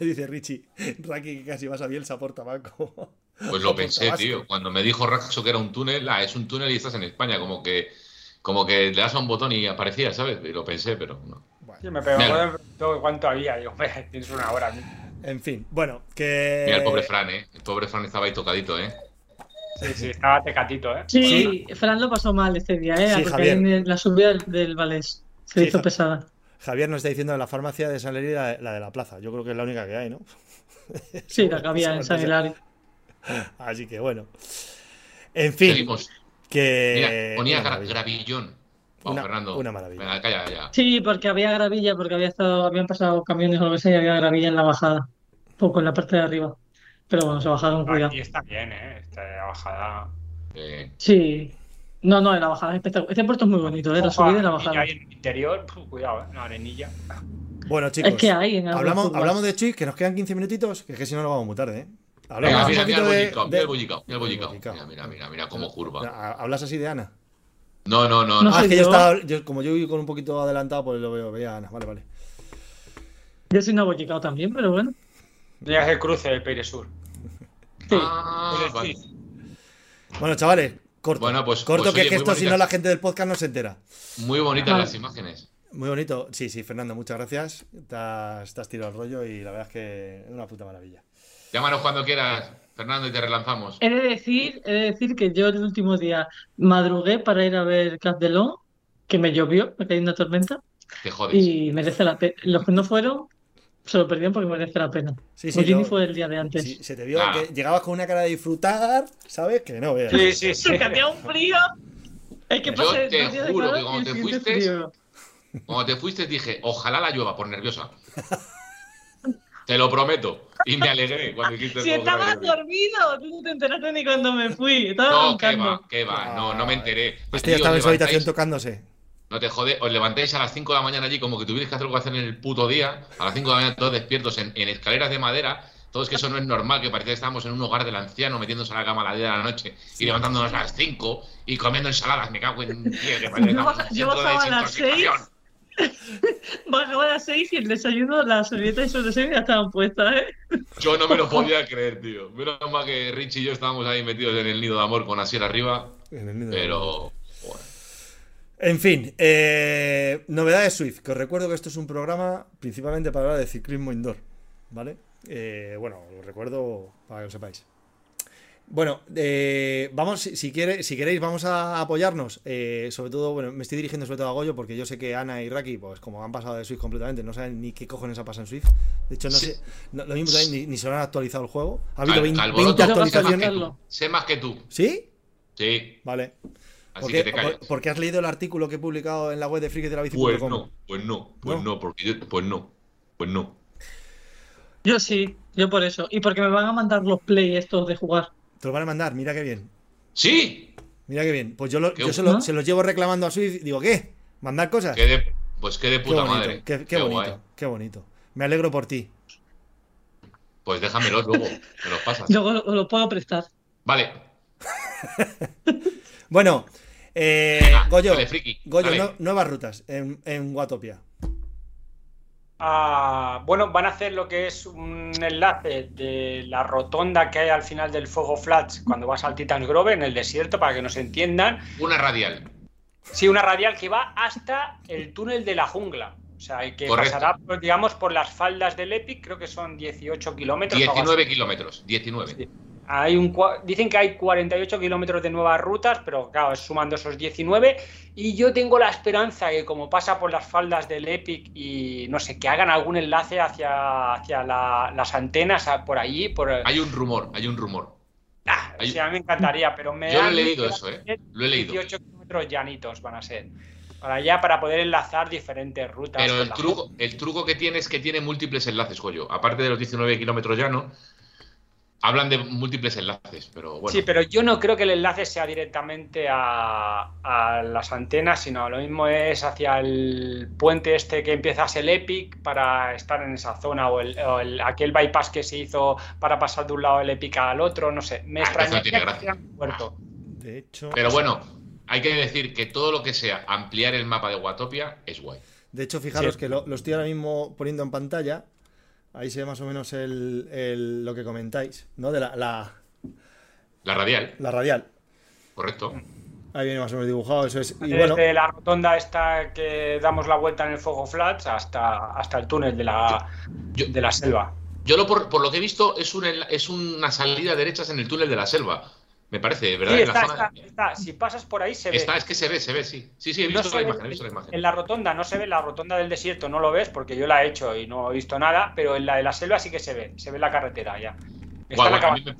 S2: Dice Richie, Raki que casi vas a Bielsa por tabaco.
S3: Pues
S2: O
S3: lo
S2: por
S3: pensé,
S2: Tabasco.
S3: tío. Cuando me dijo Raxo que era un túnel, ah, es un túnel y estás en España, como que, como que le das a un botón y aparecía, ¿sabes? Y lo pensé, pero no.
S4: Sí,
S2: [laughs] Bueno,
S4: me pegó,
S3: Mira.
S4: me preguntó cuánto había. Digo, "Hombre, [laughs] tienes una hora.
S2: en fin, bueno, que.
S3: Mira, el pobre Fran, ¿eh? El pobre Fran estaba ahí tocadito, ¿eh?
S4: Sí, sí, estaba tecatito, ¿eh?
S1: Sí, Fran lo pasó mal este día, ¿eh?
S2: Sí,
S1: Porque
S2: Javier.
S1: ahí me- la subida del, del Valés se
S2: Sí,
S1: hizo
S2: Ja- [laughs]
S1: pesada.
S2: Javier nos está diciendo de la farmacia de San Leri la, la de la plaza. Yo creo que es la única que hay, ¿no?
S1: Sí,
S2: pues
S1: la que había en San Hilario.
S2: Así que bueno. En fin,
S3: Seguimos. Mira,
S2: que.
S3: ponía
S2: una
S3: gra-
S2: maravilla.
S3: gravillón. Vamos,
S2: Una-
S3: Fernando.
S2: una maravilla.
S3: Venga, calla, ya.
S1: Sí, porque había gravilla, porque había estado, habían pasado camiones o lo que sea y había gravilla en la bajada, poco en la parte de arriba. Pero bueno, se
S2: Ah,
S1: bajaron, cuidado.
S4: Aquí está bien, ¿eh? Esta bajada.
S3: Eh,
S1: Sí. No, no, en la bajada es espectacular. Este puerto es muy bonito, ¿eh? La subida y la
S4: Ojo,
S1: bajada.
S4: arenilla ahí en el interior, puf, cuidado, ¿eh? Una arenilla.
S2: Bueno, chicos.
S1: Es que hay en algunos
S2: hablamos,
S1: curvas.
S2: hablamos de Chuy, que nos quedan 15 minutitos, que es que si no nos vamos muy tarde, ¿eh?
S3: Venga,
S2: un
S3: mira, mira el
S2: poquito de- de-
S3: bollicao, mira el bollicao, mira el bollicao.
S2: Bollicao.
S3: Mira, mira, mira, mira cómo curva.
S2: Ha- Hablas así de Ana.
S3: No, no, no,
S1: No
S3: no.
S2: ah, es
S1: soy
S2: que yo
S1: yo.
S2: estaba. yo- como yo iba con un poquito adelantado, pues lo veo, veía a Ana. Vale, vale.
S1: Yo soy nabollicao también, pero bueno.
S4: Tenías el cruce del Peire Sur.
S1: Sí.
S3: Ah, vale.
S2: Bueno, chavales, corto.
S3: Bueno, pues-
S2: corto
S3: pues,
S2: que,
S3: oye,
S2: que
S3: muy
S2: esto, si
S3: bonita.
S2: no, la gente del podcast no se entera.
S3: Muy bonitas
S1: Vale.
S3: las imágenes.
S2: Muy bonito. Sí, sí, Fernando, muchas gracias. Te has, te has tirado al rollo y la verdad es que es una puta maravilla.
S3: Llámanos cuando quieras, Fernando, y te relanzamos.
S1: He de decir, he de decir que yo el último día madrugué para ir a ver Castelón, que me llovió, me cayó una tormenta,
S3: Te jodes.
S1: y merece la pena. Los que no fueron, se lo perdieron porque merece la pena.
S2: Sí, sí,
S1: Houdini
S2: yo-
S1: Pues fue el día de antes.
S2: Sí, se te vio
S3: Ah.
S2: que llegabas con una cara de disfrutar, ¿sabes? Que no veas.
S4: Sí, sí,
S1: [laughs]
S4: sí.
S1: Se hacía un frío. Es que
S3: Yo
S1: pasa
S3: te
S1: dos días de
S3: juro que
S1: calor y
S3: cuando
S1: el
S3: te
S1: siguiente
S3: fuiste-
S1: frío.
S3: Cuando te fuiste dije, ojalá la llueva por nerviosa. Te lo prometo. Y me alegré cuando dijiste
S1: Si
S3: "Ojalá la
S1: estabas
S3: llueva".
S1: dormido, tú no te enteraste ni cuando me fui. Estaba
S3: No, que
S1: roncando.
S3: va, que va. No, no me enteré.
S2: Este
S3: Aquí
S2: Ah. ya estaba
S3: os
S2: en su
S3: levantáis-
S2: habitación tocándose.
S3: No te jode, os levantáis a las 5 de la mañana allí como que tuvierais que hacer algo que hacer en el puto día. A las 5 de la mañana todos despiertos en, en escaleras de madera. Todos que eso no es normal, que parecía que estábamos en un hogar del anciano metiéndose a la cama a las 10 de la noche y levantándonos a las 5 y comiendo ensaladas. Me cago en 10
S1: Yo
S3: que parece que estamos en
S1: baja-
S3: un
S1: yo
S3: centro de
S1: bajaba a las
S3: desintoxicación.
S1: [laughs] Bajaba a las seis y el desayuno, las servilletas y su desayuno ya estaban puestas, ¿eh?
S3: Yo no me lo podía creer, tío. Menos mal que Richie y yo estábamos ahí metidos en el nido de amor con Asier arriba,
S2: En el nido de-
S3: pero. bueno.
S2: En fin, eh, novedades Swift, que os recuerdo que esto es un programa principalmente para hablar de ciclismo indoor, ¿vale? Eh, bueno, lo recuerdo para que lo sepáis. Bueno, eh, vamos, si, si quiere, si queréis, vamos a apoyarnos. eh, sobre todo, bueno, me estoy dirigiendo sobre todo a Goyo, porque yo sé que Ana y Raki, pues como han pasado de Swift completamente, no saben ni qué cojones ha pasado en Swift. De hecho, no
S3: Sí.
S2: sé, no- lo mismo también, ni, ni se lo han actualizado el juego. Ha habido
S3: Al-
S2: 20,
S3: alboroto.
S2: 20
S1: Yo
S2: actualizaciones.
S1: creo que
S3: Tú, Sé más que tú.
S2: ¿Sí?
S3: Sí,
S2: Vale.
S3: así
S2: Porque,
S3: que te callas.
S2: por- porque has leído el artículo que he publicado en la web de
S3: pues
S2: friketelabici.com.
S3: no, pues no, pues
S2: ¿No?
S3: no, porque yo- pues no, pues no.
S1: Yo sí, yo por eso. Y porque me van a mandar los play estos de jugar.
S2: Te lo van a mandar, mira qué bien.
S3: ¡Sí!
S2: Mira qué bien. Pues yo, lo-
S3: Qué
S2: yo se,
S1: guay.
S2: lo- se los llevo reclamando a Swift. Digo, ¿qué? ¿Mandar cosas?
S3: Qué de- pues qué de
S2: Qué
S3: puta
S2: bonito,
S3: madre.
S2: qué, qué bonito,
S3: guay.
S2: qué bonito. Me alegro por ti.
S3: Pues déjamelo luego, me los pasas.
S1: Yo lo, lo puedo prestar.
S3: Vale.
S2: Bueno, eh,
S3: venga,
S2: Goyo,
S3: dale, friki,
S2: Goyo,
S3: dale.
S2: no- nuevas rutas en, en Watopia.
S4: Ah, bueno, van a hacer lo que es un enlace de la rotonda que hay al final del Fuego Flats cuando vas al Titans Grove en el desierto, para que nos entiendan.
S3: Una radial.
S4: Sí, una radial que va hasta el túnel de la jungla. O sea, y que
S3: Correcto.
S4: pasará, pues, digamos, por las faldas del Epic, creo que son 18 kilómetros. o algo así.
S3: 19 kilómetros. 19.
S4: Sí. Hay un, cua- dicen que hay 48 kilómetros de nuevas rutas, pero claro, es sumando esos 19. Y yo tengo la esperanza que como pasa por las faldas del Epic y no sé, que hagan algún enlace hacia, hacia la- las antenas a- por allí. Por,
S3: Hay un rumor, hay un rumor.
S4: Ah,
S3: hay-
S4: o sea, me encantaría, pero me
S3: Yo lo
S4: da
S3: he
S4: a mí
S3: leído
S4: que
S3: eso,
S4: van a
S3: ¿eh?
S4: ser
S3: Lo he leído.
S4: 18 kilómetros llanitos van a ser. Para allá, para poder enlazar diferentes rutas.
S3: Pero
S4: con
S3: el
S4: la-
S3: truco, el truco que tiene es que tiene múltiples enlaces, Goyo. Aparte de los 19 kilómetros llano, hablan de múltiples enlaces, pero bueno.
S4: Sí, pero yo no creo que el enlace sea directamente a, a las antenas, sino lo mismo es hacia el puente este que empiezas el Epic para estar en esa zona o, el, o el- aquel bypass que se hizo para pasar de un lado el Epic al otro, no sé. Me
S3: Ah, entonces no
S4: extraña
S3: tiene gracia.
S4: puerto.
S2: De hecho,
S3: Pero bueno, hay que decir que todo lo que sea ampliar el mapa de Watopia es guay.
S2: de hecho fijaros
S4: sí.
S2: que lo, lo estoy ahora mismo poniendo en pantalla. Ahí se ve más o menos el, el- lo que comentáis, ¿no? De la, la-
S3: La radial,
S2: la radial.
S3: correcto.
S2: Ahí viene más o menos dibujado, eso es. Y
S4: Desde
S2: bueno,
S4: la rotonda esta que damos la vuelta en el Fuego Flats hasta, hasta el túnel de la,
S3: Yo-
S4: de la selva.
S3: Yo lo por, por lo que he visto es, un enla- es una salida derecha en el túnel de la selva. Me parece, ¿verdad?
S4: Sí,
S3: En la
S4: está,
S3: zona-
S4: está, está. Si pasas por ahí se ve.
S3: Está, es que se ve, se ve, sí. Sí, sí, he
S4: No
S3: visto
S4: se
S3: la
S4: ve-
S3: imagen, he visto la imagen.
S4: En la rotonda no se ve, la rotonda del desierto no lo ves porque yo la he hecho y no he visto nada, pero en la de la selva sí que se ve, se ve la carretera ya.
S3: Guau,
S4: Están
S3: guau, a mí
S4: acabando.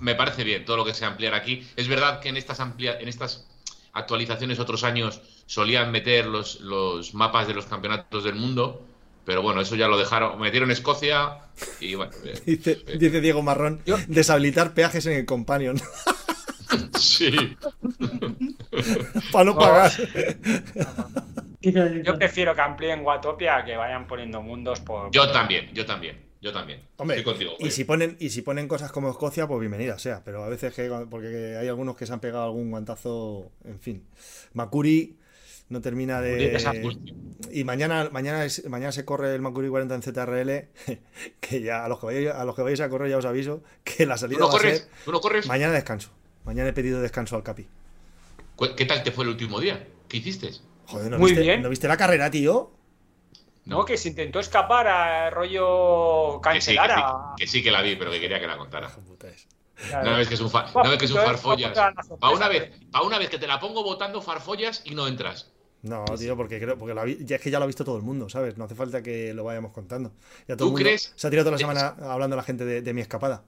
S3: me, me parece bien todo lo que sea ampliar aquí. Es verdad que en estas amplia- en estas actualizaciones otros años solían meter los, los mapas de los campeonatos del mundo, pero bueno, eso ya lo dejaron. Metieron Escocia y bueno. eh,
S2: [laughs] dice, dice Diego Marrón, deshabilitar peajes en el Companion [laughs]
S3: sí.
S2: para no
S4: No.
S2: pagar.
S4: Yo prefiero que amplíen Guatopia a que vayan poniendo mundos por.
S3: Yo también, yo también, yo también.
S2: Hombre,
S3: Estoy contigo. eh,
S2: y
S3: Goyo.
S2: si ponen y si ponen cosas como Escocia, pues bienvenida sea, pero a veces que porque hay algunos que se han pegado algún guantazo, en fin. Macuri no termina
S3: Porque esa-
S2: de y mañana mañana es- mañana se corre el Macuri 40 en ZRL, [laughs] que ya a los que vayáis a los que vayáis a correr ya os aviso que la
S3: ¿Tú
S2: salida
S3: no
S2: va a
S3: corres?
S2: ser
S3: ¿Tú no corres?
S2: mañana descanso. Mañana he pedido descanso al Capi.
S3: ¿Cu- ¿Qué tal te fue el último día? ¿Qué hiciste?
S2: Joder, ¿no
S4: Muy
S2: viste,
S4: bien.
S2: ¿no viste la carrera, tío?
S4: ¿no? Que se intentó escapar a rollo
S3: Que sí, que
S4: cancelar
S3: sí,
S4: a.
S3: que sí que la vi, pero que quería que la contara.
S2: Hijo de puta es.
S3: No ves que es un, fa-
S4: Buah,
S3: no ves que es un
S4: yo-
S3: farfollas.
S4: yo- yo-
S3: Para una, vez, pa' una vez que te la pongo votando farfollas y no entras.
S2: No, tío, porque creo porque la vi- ya es que ya lo ha visto todo el mundo, ¿sabes? No hace falta que lo vayamos contando. Ya todo el
S3: ¿Tú
S2: mundo
S3: crees?
S2: se ha tirado toda la semana hablando la gente de, de mi escapada.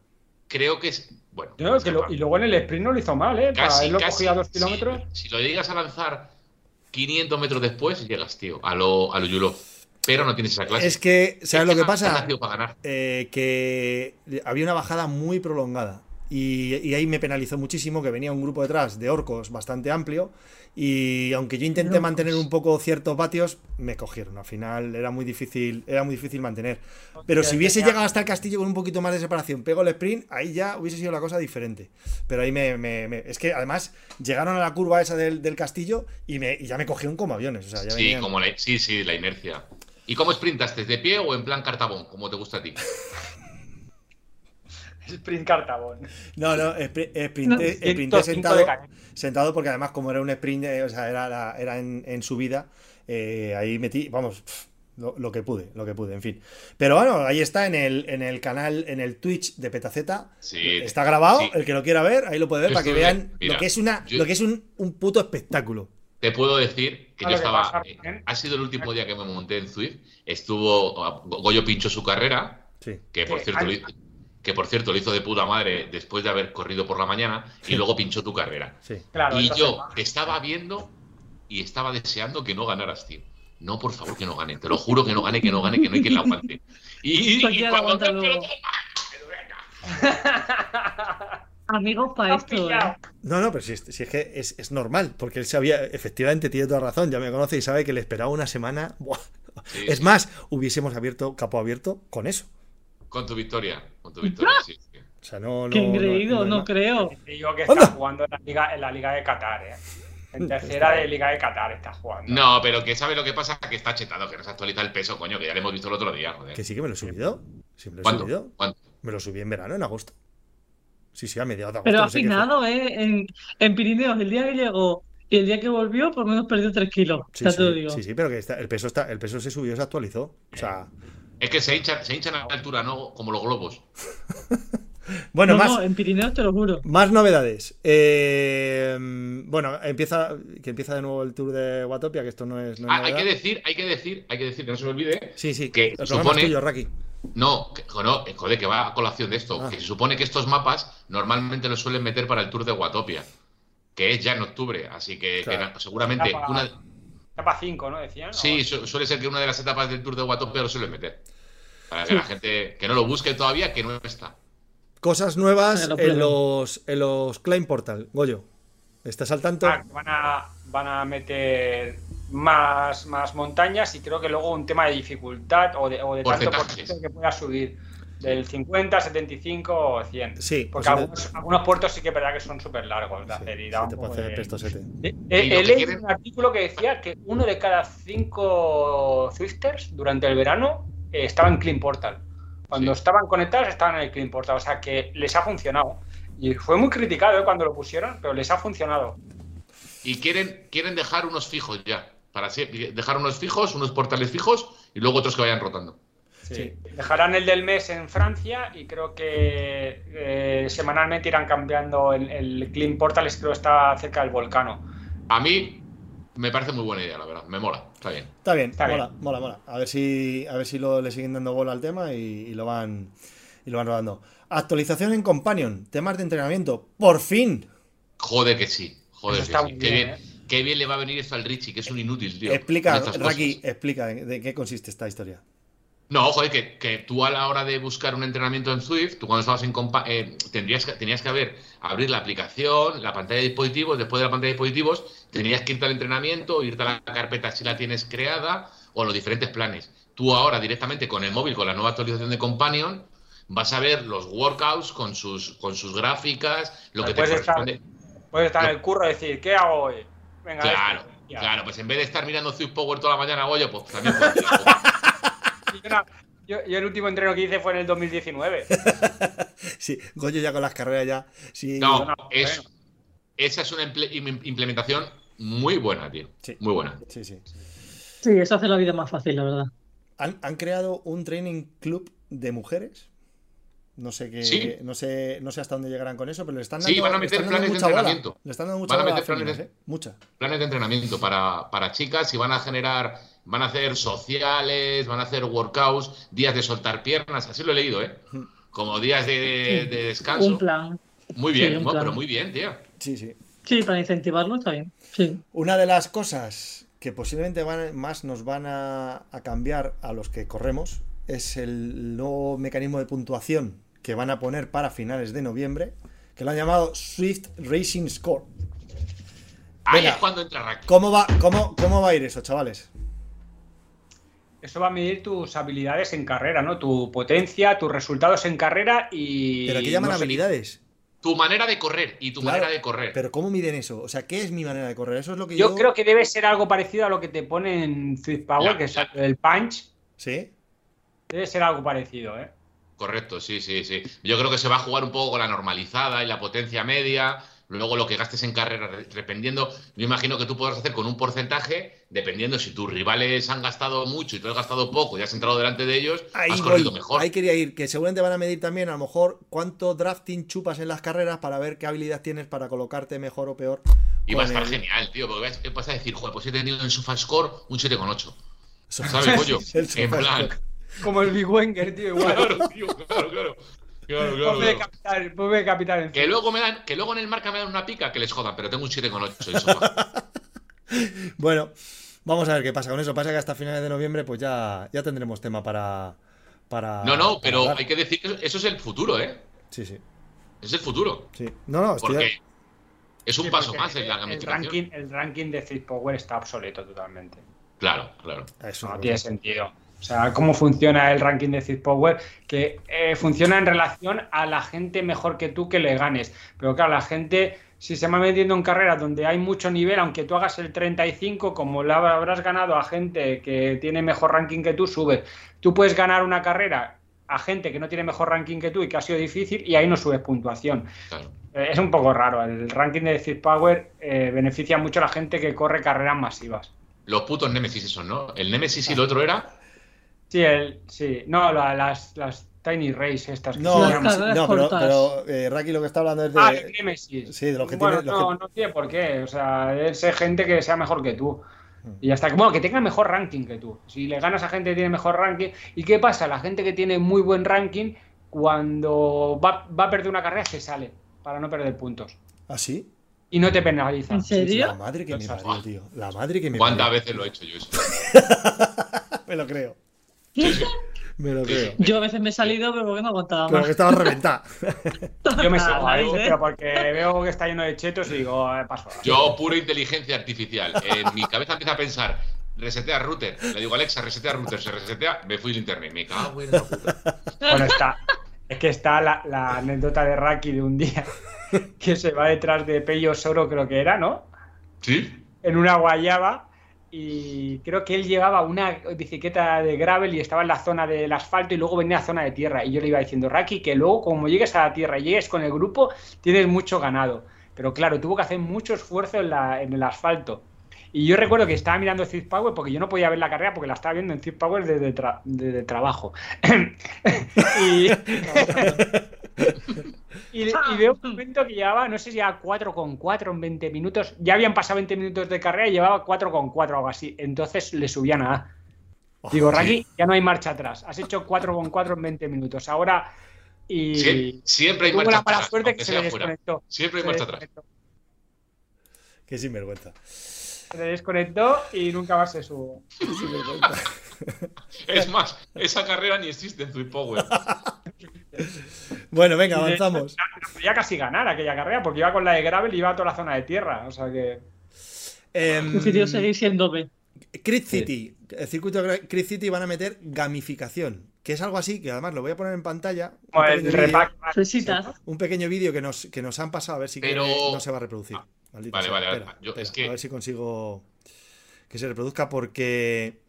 S3: Creo que es. Bueno,
S4: Yo creo que lo-
S3: casi,
S4: y luego en el sprint no lo hizo mal, ¿eh? para
S3: casi,
S4: haberlo cogido a dos
S3: sí.
S4: kilómetros.
S3: Si, lo llegas a lanzar 500 metros después, llegas, tío, a lo, a lo Yulov. Pero no tienes esa clase.
S2: Es que, ¿sabes lo que
S3: Esa
S2: pasa?
S3: clase, tío, para ganar.
S2: Eh, que había una bajada muy prolongada. Y, y ahí me penalizó muchísimo que venía un grupo detrás de orcos bastante amplio. Y aunque yo intenté
S1: Orcos.
S2: mantener un poco ciertos vatios, me cogieron. Al final era muy difícil, era muy difícil mantener. Pero si hubiese
S4: Tenía-
S2: llegado hasta el castillo con un poquito más de separación, pego el sprint, ahí ya hubiese sido la cosa diferente. Pero ahí me. me- me- es que además llegaron a la curva esa del, del castillo y, me, y ya me cogieron como aviones. O sea, ya
S3: Sí,
S2: venían-
S3: como la, sí, sí, la inercia. ¿Y cómo sprintaste? ¿De pie o en plan cartabón? Como te gusta a ti.
S4: Sprint Cartabón.
S2: No, no, spri- sprinté, sprinté
S4: 105
S2: sentado,
S4: de cadena.
S2: sentado porque además como era un sprint, eh, o sea, era, la- era en, en subida, eh, ahí metí, vamos, pf, lo, lo que pude, lo que pude, en fin. Pero bueno, ahí está en el, en el canal, en el Twitch de Petaceta.
S3: Sí.
S2: está grabado,
S3: Sí.
S2: el que lo quiera ver, ahí lo puede ver
S3: Yo
S2: para que
S3: estuve-
S2: vean
S3: mira,
S2: lo que es una,
S3: yo-
S2: lo que es un, un puto espectáculo.
S3: Te puedo decir que
S4: A lo
S3: yo
S4: que
S3: estaba.
S4: pasa,
S3: eh,
S4: ¿eh?
S3: ha sido el último día que me monté en Zwift. Estuvo. Goyo pinchó su carrera,
S2: Sí.
S3: que por
S4: Sí,
S3: cierto,
S4: Eh, hay-
S3: lo hizo, que por cierto lo hizo de puta madre después de haber corrido por la mañana y luego pinchó tu carrera.
S2: Sí.
S4: Claro,
S3: y
S4: entonces,
S3: yo te estaba viendo y estaba deseando que no ganaras, tío. No, por favor, que no gane. Te lo juro que no gane, que no gane, que no hay quien la aguante. Y, y
S1: Cualquiera la
S3: cuando
S1: aguanta
S3: te-
S1: luego. [laughs] Amigos para
S4: Has
S1: esto,
S4: pillado.
S1: ¿eh?
S2: No, no, pero si es, si es que es, es normal, porque él sabía, efectivamente tiene toda razón, ya me conoce y sabe que le esperaba una semana. Buah.
S3: Sí,
S2: Es
S3: sí,
S2: más, hubiésemos abierto capo abierto con eso.
S3: Con tu victoria. Con tu victoria, sí, sí.
S2: O sea, no, no,
S1: Qué
S2: no-
S1: engreído,
S2: no
S1: no,
S2: hay más.
S1: creo.
S4: Te digo que
S2: ¡Anda!
S4: está jugando en la Liga, en la Liga de Qatar, ¿eh? En tercera de Liga de Qatar está jugando.
S3: No, pero que sabe lo que pasa, que está chetado, que no se actualiza el peso, coño, que ya lo hemos visto el otro día, joder.
S2: Que sí que me lo he subido. Sí, me lo he
S3: ¿Cuánto?
S2: subido.
S3: ¿Cuánto?
S2: Me lo subí en verano, en agosto. Sí, sí, a mediados de agosto.
S1: Pero
S2: no sé qué fue.
S1: afinado, ¿eh? En, en Pirineos, el día que llegó y el día que volvió, por lo menos perdió 3 kilos.
S2: Sí,
S1: ya
S2: sí,
S1: te lo digo.
S2: sí, sí, pero que está- el peso está, el peso se subió, se actualizó. O sea,
S3: Es que se hinchan, se hinchan a la altura, ¿no? Como los globos.
S2: bueno,
S1: no,
S2: más,
S1: no, eh. en Pirineos te lo juro.
S2: más novedades. Eh, bueno, empieza, que empieza de nuevo el tour de Watopia, que esto no es, no es
S3: Ah, hay
S2: novedad.
S3: que decir, hay que decir, hay que decir, que no se me olvide.
S2: Sí, sí,
S3: que
S2: el programa
S3: supone-
S2: es tuyo, Raki.
S3: No, que- no, eh, joder, que va a colación de esto.
S2: Ah.
S3: Que se supone que estos mapas normalmente los suelen meter para el tour de Guatopia, que es ya en octubre, así que, que
S2: Claro.
S3: na- seguramente
S4: Etapa-
S3: una,
S4: Etapa 5, ¿no? Decían. ¿o?
S3: Sí, su- suele ser que una de las etapas del Tour de Guatopia lo suele meter. Para que la gente que no lo busque todavía, que no está.
S2: Cosas nuevas
S1: Me lo
S2: en
S1: pruebo.
S2: los, en los Klein Portal. Goyo, ¿estás al tanto?
S4: Ah, que van, a, van a meter más, más montañas y creo que luego un tema de dificultad o de, o de tanto por
S3: Porcentajes.
S4: ciento que pueda subir. Del 50, 75 o 100.
S2: Sí,
S4: Porque
S2: pues,
S4: algunos, algunos puertos sí que es verdad que son súper largos
S2: Sí,
S4: de hacer y
S2: se
S4: da un
S2: te puede
S4: poco
S2: hacer
S4: de-
S2: prestosete.
S4: Eh,
S3: Y lo
S4: eh,
S3: que
S4: leí
S3: quieren-
S4: un artículo que decía que uno de cada cinco Swifters durante el verano eh, estaba en Clean Portal. Cuando
S3: Sí.
S4: estaban conectados estaban en el Clean Portal, o sea que les ha funcionado. Y fue muy criticado eh, cuando lo pusieron, pero les ha funcionado.
S3: Y quieren, quieren dejar unos fijos ya. Para sie- dejar unos fijos, unos portales fijos y luego otros que vayan rotando.
S2: Sí.
S4: Dejarán el del mes en Francia y creo que eh, semanalmente irán cambiando el, el Clean Portal, es- creo que está cerca del volcano.
S3: A mí me parece muy buena idea, la verdad. Me mola. Está bien.
S2: Está bien,
S4: Está
S2: mola, mola, mola. A ver si, a ver si lo, le siguen dando bola al tema y, y lo van y lo van rodando. Actualización en Companion, temas de entrenamiento. Por fin.
S3: Joder que sí. Joder
S4: Eso
S3: que
S4: está
S3: sí.
S4: muy
S3: Qué bien.
S4: bien, ¿eh?
S3: Qué bien le va a venir esto al Richie, que es un inútil, tío.
S2: explica,
S3: con estas cosas.
S2: Raki, explica de, de qué consiste esta historia.
S3: No, joder, que, que tú a la hora de buscar un entrenamiento en Swift, tú cuando estabas en compa eh, tendrías que, tenías que haber, abrir la aplicación, la pantalla de dispositivos, después de la pantalla de dispositivos, tenías que irte al entrenamiento, irte a la carpeta si la tienes creada, o los diferentes planes. Tú ahora directamente con el móvil, con la nueva actualización de Companion, vas a ver los workouts con sus, con sus gráficas, lo que te
S4: Después de estar-
S3: corresponde.
S4: Puedes estar en
S3: No.
S4: el curro y decir, ¿qué hago hoy? Venga,
S3: Claro,
S4: esto, ya.
S3: claro, pues en vez de estar mirando Swift Power toda la mañana, Goyo, pues también podrías.
S4: Yo, era- yo- yo el último entreno que hice fue en el 2019.
S2: Sí, Goyo ya con las carreras ya. Sí,
S3: No,
S4: No,
S3: es,
S4: bueno.
S3: esa es una imple- im- implementación muy buena, tío.
S2: Sí.
S3: Muy buena.
S2: sí, sí.
S1: Sí, eso hace la vida más fácil, la verdad.
S2: ¿Han, han creado un training club de mujeres. No sé qué,
S3: Sí.
S2: no sé, no sé hasta dónde llegarán con eso, pero le están dando,
S3: Sí, van a
S2: le
S3: meter
S2: están dando
S3: planes de
S2: mucha bola.
S3: entrenamiento.
S2: Le están dando mucha
S3: Van a
S2: bola
S3: meter
S2: las
S3: planes
S2: féminas, ¿eh? Mucha.
S3: Planes de entrenamiento para, para chicas y van a generar, van a hacer sociales, van a hacer workouts, días de soltar piernas, así lo he leído, ¿eh?
S2: Mm.
S3: Como días de, de
S1: Un
S3: descanso.
S1: plan.
S3: Muy bien,
S1: Sí, un
S3: bueno,
S1: plan.
S3: pero muy bien, tío.
S2: Sí, sí.
S1: Sí, para incentivarlo está bien. Sí.
S2: Una de las cosas que posiblemente van- más nos van a, a cambiar a los que corremos es el nuevo mecanismo de puntuación que van a poner para finales de noviembre, que lo han llamado Swift Racing Score.
S3: Ahí
S2: Venga.
S3: es cuando entra Raki.
S2: ¿Cómo va, cómo, cómo va a ir eso, chavales?
S4: Eso va a medir tus habilidades en carrera, ¿no? Tu potencia, tus resultados en carrera y.
S2: ¿Pero qué llaman
S4: no sé,
S2: habilidades?
S3: Tu manera de correr y tu
S2: Claro,
S3: manera de correr.
S2: ¿Pero cómo miden eso? O sea, ¿qué es mi manera de correr? Eso es lo que yo...
S4: Yo creo que debe ser algo parecido a lo que te pone en Swift Power,
S3: Ya,
S4: que es
S3: ya.
S4: el punch.
S2: ¿Sí?
S4: Debe ser algo parecido, ¿eh?
S3: Correcto, sí, sí, sí. Yo creo que se va a jugar un poco con la normalizada y la potencia media, luego lo que gastes en carrera, dependiendo, yo imagino que tú podrás hacer con un porcentaje, dependiendo si tus rivales han gastado mucho y tú has gastado poco y has entrado delante de ellos,
S2: Ahí
S3: has
S2: voy,
S3: corrido mejor.
S2: Ahí quería ir, que seguramente van a medir también a lo mejor cuánto drafting chupas en las carreras para ver qué habilidad tienes para colocarte mejor o peor.
S3: Y va a
S2: con
S3: estar
S2: el-
S3: genial, tío, porque vas, vas a decir, joder, pues he tenido en SofaScore un 7,8. ¿Sabes, coño?
S2: [laughs] El
S3: en plan.
S2: SofaScore.
S4: Como el Big Wenger, tío, igual.
S3: [laughs] Claro, tío, claro, claro. Claro, claro,
S4: Pobre
S3: claro.
S4: capital, pobre capital encima.
S3: Que luego, me dan, que luego en el marca me dan una pica que les jodan, pero tengo un 7,8 en SofaScore.
S2: Bueno, vamos a ver qué pasa con eso. Pasa que hasta finales de noviembre pues ya, ya tendremos tema para... para
S3: No, no,
S2: para
S3: pero
S2: hablar.
S3: hay que decir que eso es el futuro, ¿eh?
S2: Sí, sí,
S3: Es el futuro.
S2: sí. No, no, estoy...
S3: Porque es un
S4: Sí,
S3: paso
S4: porque
S3: más en la
S4: el
S3: gamificación.
S4: ranking, el ranking de Fit Power está obsoleto totalmente.
S3: Claro, claro.
S2: Ah, Es una
S4: No
S2: cosa.
S4: tiene sentido. O sea, cómo funciona el ranking de Fit Power, que eh, funciona en relación a la gente mejor que tú que le ganes. Pero claro, la gente, si se va metiendo en carreras donde hay mucho nivel, aunque tú hagas el 35, como la habrás ganado a gente que tiene mejor ranking que tú, subes. Tú puedes ganar una carrera a gente que no tiene mejor ranking que tú y que ha sido difícil y ahí no subes puntuación.
S3: claro.
S4: Eh, Es un poco raro. El ranking de Fit Power eh, beneficia mucho a la gente que corre carreras masivas.
S3: Los putos Nemesis esos, ¿no? El Nemesis y el otro era.
S4: Sí, el, sí. No, la- las, las Tiny Race estas. que
S2: No,
S4: se
S1: Las
S4: llaman.
S1: carreras
S2: no, pero,
S1: cortas.
S2: pero eh, Raki lo que está hablando es de...
S4: Ah, el Nemesis.
S2: Sí, de los que
S4: bueno,
S2: tiene- los
S4: no,
S2: que-
S4: no tiene por qué. O sea, es gente que sea mejor que tú.
S2: Hmm.
S4: Y hasta que, bueno, que tenga mejor ranking que tú. Si le ganas a gente que tiene mejor ranking. ¿Y qué pasa? La gente que tiene muy buen ranking, cuando va, va a perder una carrera, se sale para no perder puntos.
S2: ¿Ah, sí?
S4: Y no te penaliza.
S1: ¿En serio?
S2: La madre que me
S4: Exacto.
S2: parió, tío. La madre que me
S3: ¿Cuántas
S2: parió.
S3: veces lo he hecho yo eso?
S2: [laughs] Me lo creo.
S3: sí.
S2: Me lo creo.
S1: Yo a veces me he salido, pero porque no aguantaba
S2: Pero
S1: más.
S2: que estaba reventada.
S4: Yo me
S1: [laughs] Ah,
S4: sigo ahí,
S1: ¿eh?
S4: pero porque veo que está lleno de chetos y digo, "Ah, paso.
S3: Yo, pura inteligencia artificial. En mi cabeza empieza a pensar, resetea router. Le digo, Alexa, resetea router, se resetea. Me fui el internet. Me cago en la puta.
S4: Bueno, está. Es que está la, la anécdota de Raki de un día [laughs] que se va detrás de Pello Soro, creo que era, ¿no?
S3: ¿Sí?
S4: En una guayaba. Y creo que él llevaba una bicicleta de gravel y estaba en la zona del asfalto y luego venía a la zona de tierra. Y yo le iba diciendo, Raki, que luego, como llegues a la tierra y llegues con el grupo, tienes mucho ganado. Pero claro, tuvo que hacer mucho esfuerzo en, la- en el asfalto. Y yo recuerdo que estaba mirando Zip Power porque yo no podía ver la carrera porque la estaba viendo en Zip Power desde, tra- desde trabajo. [laughs] y, y- y veo un momento que llevaba, no sé si a 4,4 en 20 minutos. Ya habían pasado 20 minutos de carrera y llevaba 4,4 o algo así. Entonces le subían a A. Digo, Raki, ya no hay marcha atrás. Has hecho 4,4 en 20 minutos. Ahora. Y
S3: Sie- siempre hay
S4: tuvo
S3: marcha
S4: la mala
S3: atrás.
S4: suerte
S3: aunque
S4: que se
S3: sea
S4: le
S3: fuera.
S4: desconectó.
S3: Siempre hay
S4: Se le
S3: marcha atrás.
S4: desconectó.
S2: Qué sinvergüenza.
S4: Se le desconectó y nunca más se subo.
S2: Qué
S4: [laughs]
S2: sinvergüenza.
S3: Es más, esa carrera ni existe en Zui Power.
S2: Bueno, venga, avanzamos.
S4: Podía casi ganar aquella carrera porque iba con la de gravel y iba a toda la zona de tierra. O sea que.
S2: Em,
S1: Decidió seguir siendo B.
S2: Crit City. El circuito de Crit City van a meter gamificación. Que es algo así, que además lo voy a poner en pantalla. Un
S1: Pues,
S4: Como el
S2: pequeño vídeo-
S4: Pues, repack. ah,
S1: Resitas.
S2: Un pequeño vídeo que nos, que nos han pasado, a ver si
S3: Pero- Ah,
S2: quiere- no se va a reproducir. Maldita
S3: vale,
S2: sea.
S3: vale, vale.
S2: Espera,
S3: Yo- es
S2: espera,
S3: que-
S2: A ver si consigo que se reproduzca porque.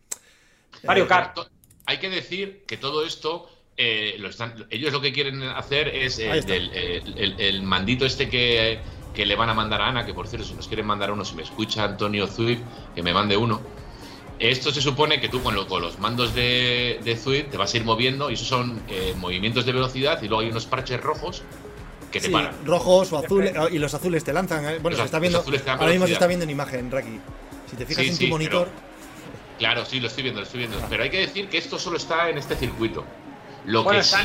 S4: Mario
S2: eh,
S4: Kart.
S3: To- Hay que decir que todo esto, eh, lo están, ellos lo que quieren hacer es eh,
S2: Ahí está.
S3: del- eh, el, el mandito este que, que le van a mandar a Ana, que por cierto, si nos quieren mandar uno, si me escucha Antonio Zwift, que me mande uno. Esto se supone que tú con, lo- con los mandos de, de Zwift te vas a ir moviendo y esos son eh, movimientos de velocidad y luego hay unos parches rojos que te
S2: sí,
S3: paran.
S2: rojos o azules. eh, Y los azules te lanzan. eh. Bueno,
S3: Los
S2: se
S3: az-
S2: está
S3: los
S2: viendo.
S3: azules te dan
S2: Ahora mismo se
S3: velocidad.
S2: está viendo en imagen, Raki. Si te fijas
S3: Sí,
S2: en
S3: sí,
S2: tu monitor.
S3: Claro, sí, lo estoy viendo, lo estoy viendo. Pero hay que decir que esto solo está en este circuito. Lo
S4: Bueno,
S3: que sí-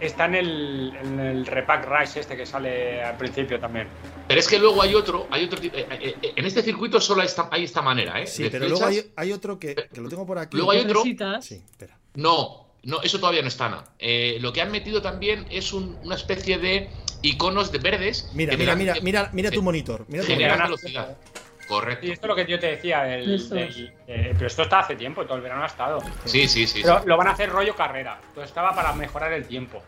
S4: está, está en, el, en el repack Rice este que sale al principio también.
S3: Pero es que luego hay otro, hay otro tipo- eh, eh, eh, en este circuito solo hay esta, hay esta manera, ¿eh?
S2: Sí,
S3: De
S2: pero luego
S3: flechas.
S2: hay, hay otro que, que lo tengo por aquí.
S3: Luego hay otro-
S1: Resitas.
S2: Sí, espera.
S3: No, no, eso todavía no está. Ana. Eh, lo que han metido también es un- una especie de iconos de verdes.
S2: Mira,
S3: que te
S2: mira,
S3: dan-
S2: mira,
S3: que
S2: mira, mira tu
S3: que-
S2: monitor. Mira tu
S4: Genial.
S2: monitor.
S3: generan velocidad. Correcto.
S4: Y esto es lo que yo te decía. del-
S1: Eso
S4: del-
S1: es.
S4: eh, pero esto está hace tiempo, todo el verano ha estado.
S3: Sí, sí, sí. sí.
S4: Pero lo van a hacer rollo carrera. Todo estaba para mejorar el tiempo.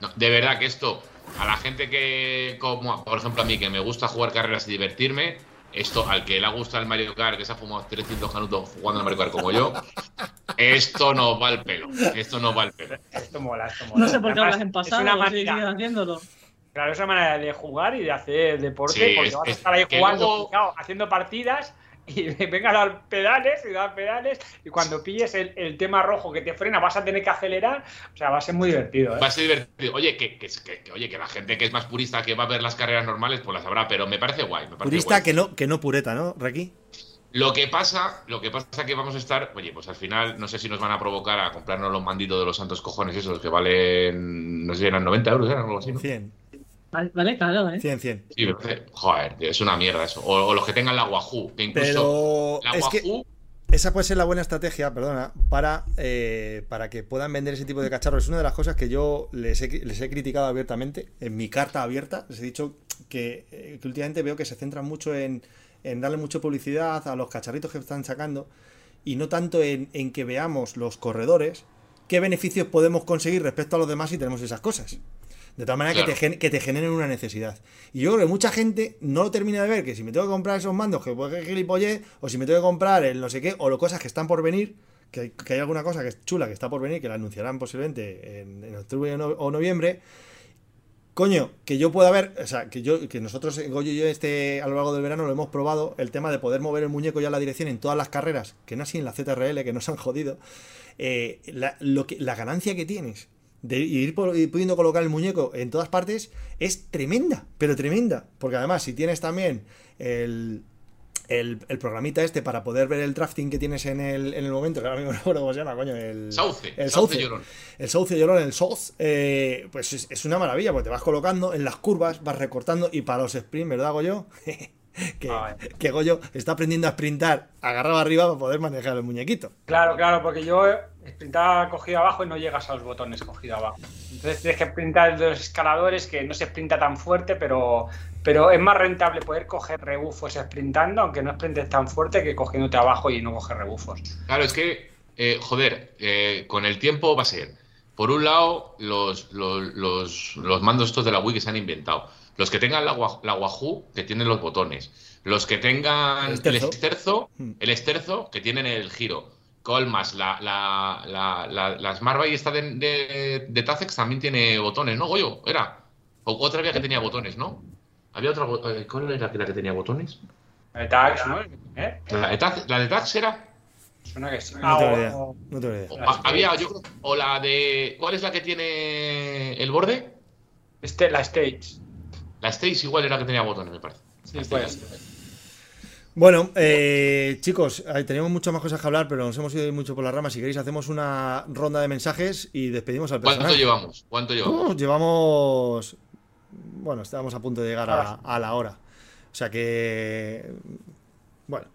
S3: No, de verdad que esto, a la gente que, como a- por ejemplo a mí, que me gusta jugar carreras y divertirme,
S2: [laughs]
S3: esto, al que le gusta el Mario Kart, que se ha fumado 300 canutos jugando al Mario Kart como yo, Esto no va al pelo. Esto no va al pelo.
S4: Esto mola, esto mola.
S1: No sé por qué
S4: Además,
S1: hablas en pasado,
S4: Es una
S1: pero sigues
S4: manera,
S1: haciéndolo.
S4: claro, es una manera de jugar y de hacer deporte,
S3: Sí,
S4: porque
S3: es-
S4: vas a
S3: es
S4: estar ahí
S3: que
S4: jugando,
S3: luego-
S4: pillado, haciendo partidas. Y [laughs] venga a dar pedales y dar pedales. Y cuando pilles el, el tema rojo que te frena, vas a tener que acelerar. O sea, va a ser muy divertido. ¿eh?
S3: Va a ser divertido. Oye, que, que- que- que- oye, que la gente que es más purista que va a ver las carreras normales, pues las habrá, pero me parece guay. Me parece
S2: Purista
S3: guay.
S2: que no, que no pureta, ¿no, Reki?
S3: Lo que pasa, lo que pasa que vamos a estar, oye, pues al final no sé si nos van a provocar a comprarnos los manditos de los santos cojones esos que valen, no sé si eran 90 euros, eran algo así, ¿no?
S2: 100,
S1: Vale, Vale, claro, ¿eh?
S2: 100, 100.
S3: Sí, me parece- joder, tío, es una mierda eso. O, o los que tengan la Wahoo, que incluso
S2: Pero
S3: la
S2: es
S3: Wahoo,
S2: que esa puede ser la buena estrategia, perdona, para, eh, para que puedan vender ese tipo de cacharros. Es una de las cosas que yo les he, les he criticado abiertamente. En mi carta abierta les he dicho que, eh, que últimamente veo que se centran mucho en, en darle mucha publicidad a los cacharritos que están sacando y no tanto en, en que veamos los corredores qué beneficios podemos conseguir respecto a los demás si tenemos esas cosas. De tal manera que,
S3: Claro.
S2: te, gen- que te generen una necesidad. Y yo creo que mucha gente no lo termina de ver, que si me tengo que comprar esos mandos, que pues que gilipollez, o si me tengo que comprar el no sé qué, o lo- cosas que están por venir, que, que hay alguna cosa que es chula que está por venir, que la anunciarán posiblemente en, en octubre o no- o noviembre, Coño, que yo pueda ver, o sea, que yo, que nosotros, eh, Goyo y yo, este, a lo largo del verano lo hemos probado, el tema de poder mover el muñeco ya en la dirección en todas las carreras, que no así en la ZRL, que nos han jodido, eh, la, lo que, la ganancia que tienes de ir por- ir pudiendo colocar el muñeco en todas partes es tremenda, pero tremenda, porque además si tienes también el, el, el programita este para poder ver el drafting que tienes en el, en el momento, que ahora mismo no me acuerdo cómo se llama, coño, el...
S3: Sauce,
S2: el
S3: Sauce
S2: Sauce
S3: Llorón.
S2: el Sauce Llorón, el South, eh, pues es, es una maravilla, porque te vas colocando en las curvas, vas recortando y para los sprints, ¿verdad, Goyo? [laughs] que,
S4: Ay.
S2: que Goyo está aprendiendo a sprintar agarrado arriba para poder manejar el muñequito.
S4: Claro, claro, porque yo sprintaba cogido abajo y no llegas a los botones cogido abajo. Entonces tienes que sprintar de los escaladores que no se sprinta tan fuerte, pero, pero es más rentable poder coger rebufos sprintando, aunque no sprintes tan fuerte, que cogiéndote abajo y no coger rebufos.
S3: Claro, es que, eh, joder, eh, con el tiempo va a ser. Por un lado, los, los, los- los mandos estos de la Wii que se han inventado. Los que tengan la, Wa- la Wahoo, que tienen los botones. Los que tengan
S2: El
S3: el
S2: esterzo.
S3: esterzo,
S2: Hmm.
S3: el esterzo, que tienen el giro. Colmas, la, la, la, la, la Smart Buy esta de, de, de Tacex también tiene botones, ¿no, Goyo? Era. O- otra había que tenía botones, ¿no? Había otra. bo- eh, ¿Cuál era la que tenía botones?
S4: El tax, ¿no? ¿Eh?
S3: La de Tacex- la de Tax era.
S4: Suena que sí.
S2: No tengo
S4: Ah,
S2: idea.
S4: o-
S2: No tengo idea.
S3: O-
S4: Las
S3: ha- Pues había, yo creo, o la de. ¿Cuál es la que tiene el borde?
S4: este, la stage.
S3: La Stace igual era la que tenía botones, me parece.
S4: Sí, pues.
S2: Bueno, eh, chicos, eh, tenemos muchas más cosas que hablar, pero nos hemos ido mucho por las ramas. Si queréis, hacemos una ronda de mensajes y despedimos al
S3: ¿Cuánto
S2: personaje.
S3: llevamos? ¿Cuánto llevamos?
S2: Uh, llevamos. Bueno, estábamos a punto de llegar a, a la hora. O sea que. Bueno.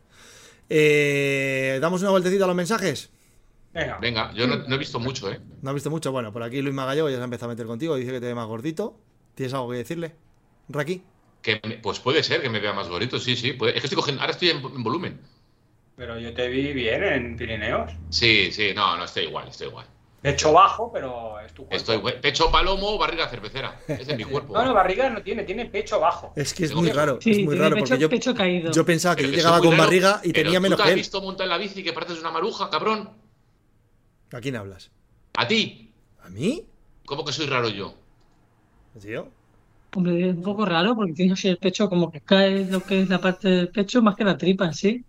S2: Eh, ¿Damos una vueltecita a los mensajes?
S4: Venga.
S3: Venga, yo no, no he visto mucho, ¿eh?
S2: ¿No has visto mucho? Bueno, por aquí Luis Magallego ya se ha empezado a meter contigo. Dice que te ve más gordito. ¿Tienes algo que decirle? Raki.
S3: Que me- pues puede ser que me vea más bonito, sí, sí. puede- Es que estoy cogiendo. Ahora estoy en, en volumen.
S4: Pero yo te vi bien en Pirineos.
S3: Sí, sí, no, no, estoy igual, estoy igual.
S4: De hecho bajo, pero es tu cuerpo.
S3: Estoy igual. Pecho palomo, barriga cervecera.
S2: [laughs]
S3: Es de mi cuerpo.
S4: No, no, barriga no tiene, tiene pecho bajo.
S2: Es que es
S3: Tengo
S2: muy
S3: que-
S2: raro.
S1: Sí,
S2: es muy
S1: tiene
S2: raro
S1: pecho,
S2: porque yo,
S1: pecho caído.
S2: yo pensaba que
S3: Pero
S2: yo
S3: que
S2: llegaba
S3: estoy
S2: con
S3: muy raro,
S2: barriga y
S3: pero
S2: tenía
S3: tú
S2: menos
S3: te
S2: que
S3: has
S2: él.
S3: visto montar en la bici que pareces una maruja, cabrón?
S2: ¿A quién hablas?
S3: ¿A ti?
S2: ¿A mí?
S3: ¿Cómo que soy raro yo?
S2: ¿Tío?
S1: Hombre, es un poco raro porque tienes así el pecho como que cae lo que es la parte del pecho más que la tripa en sí.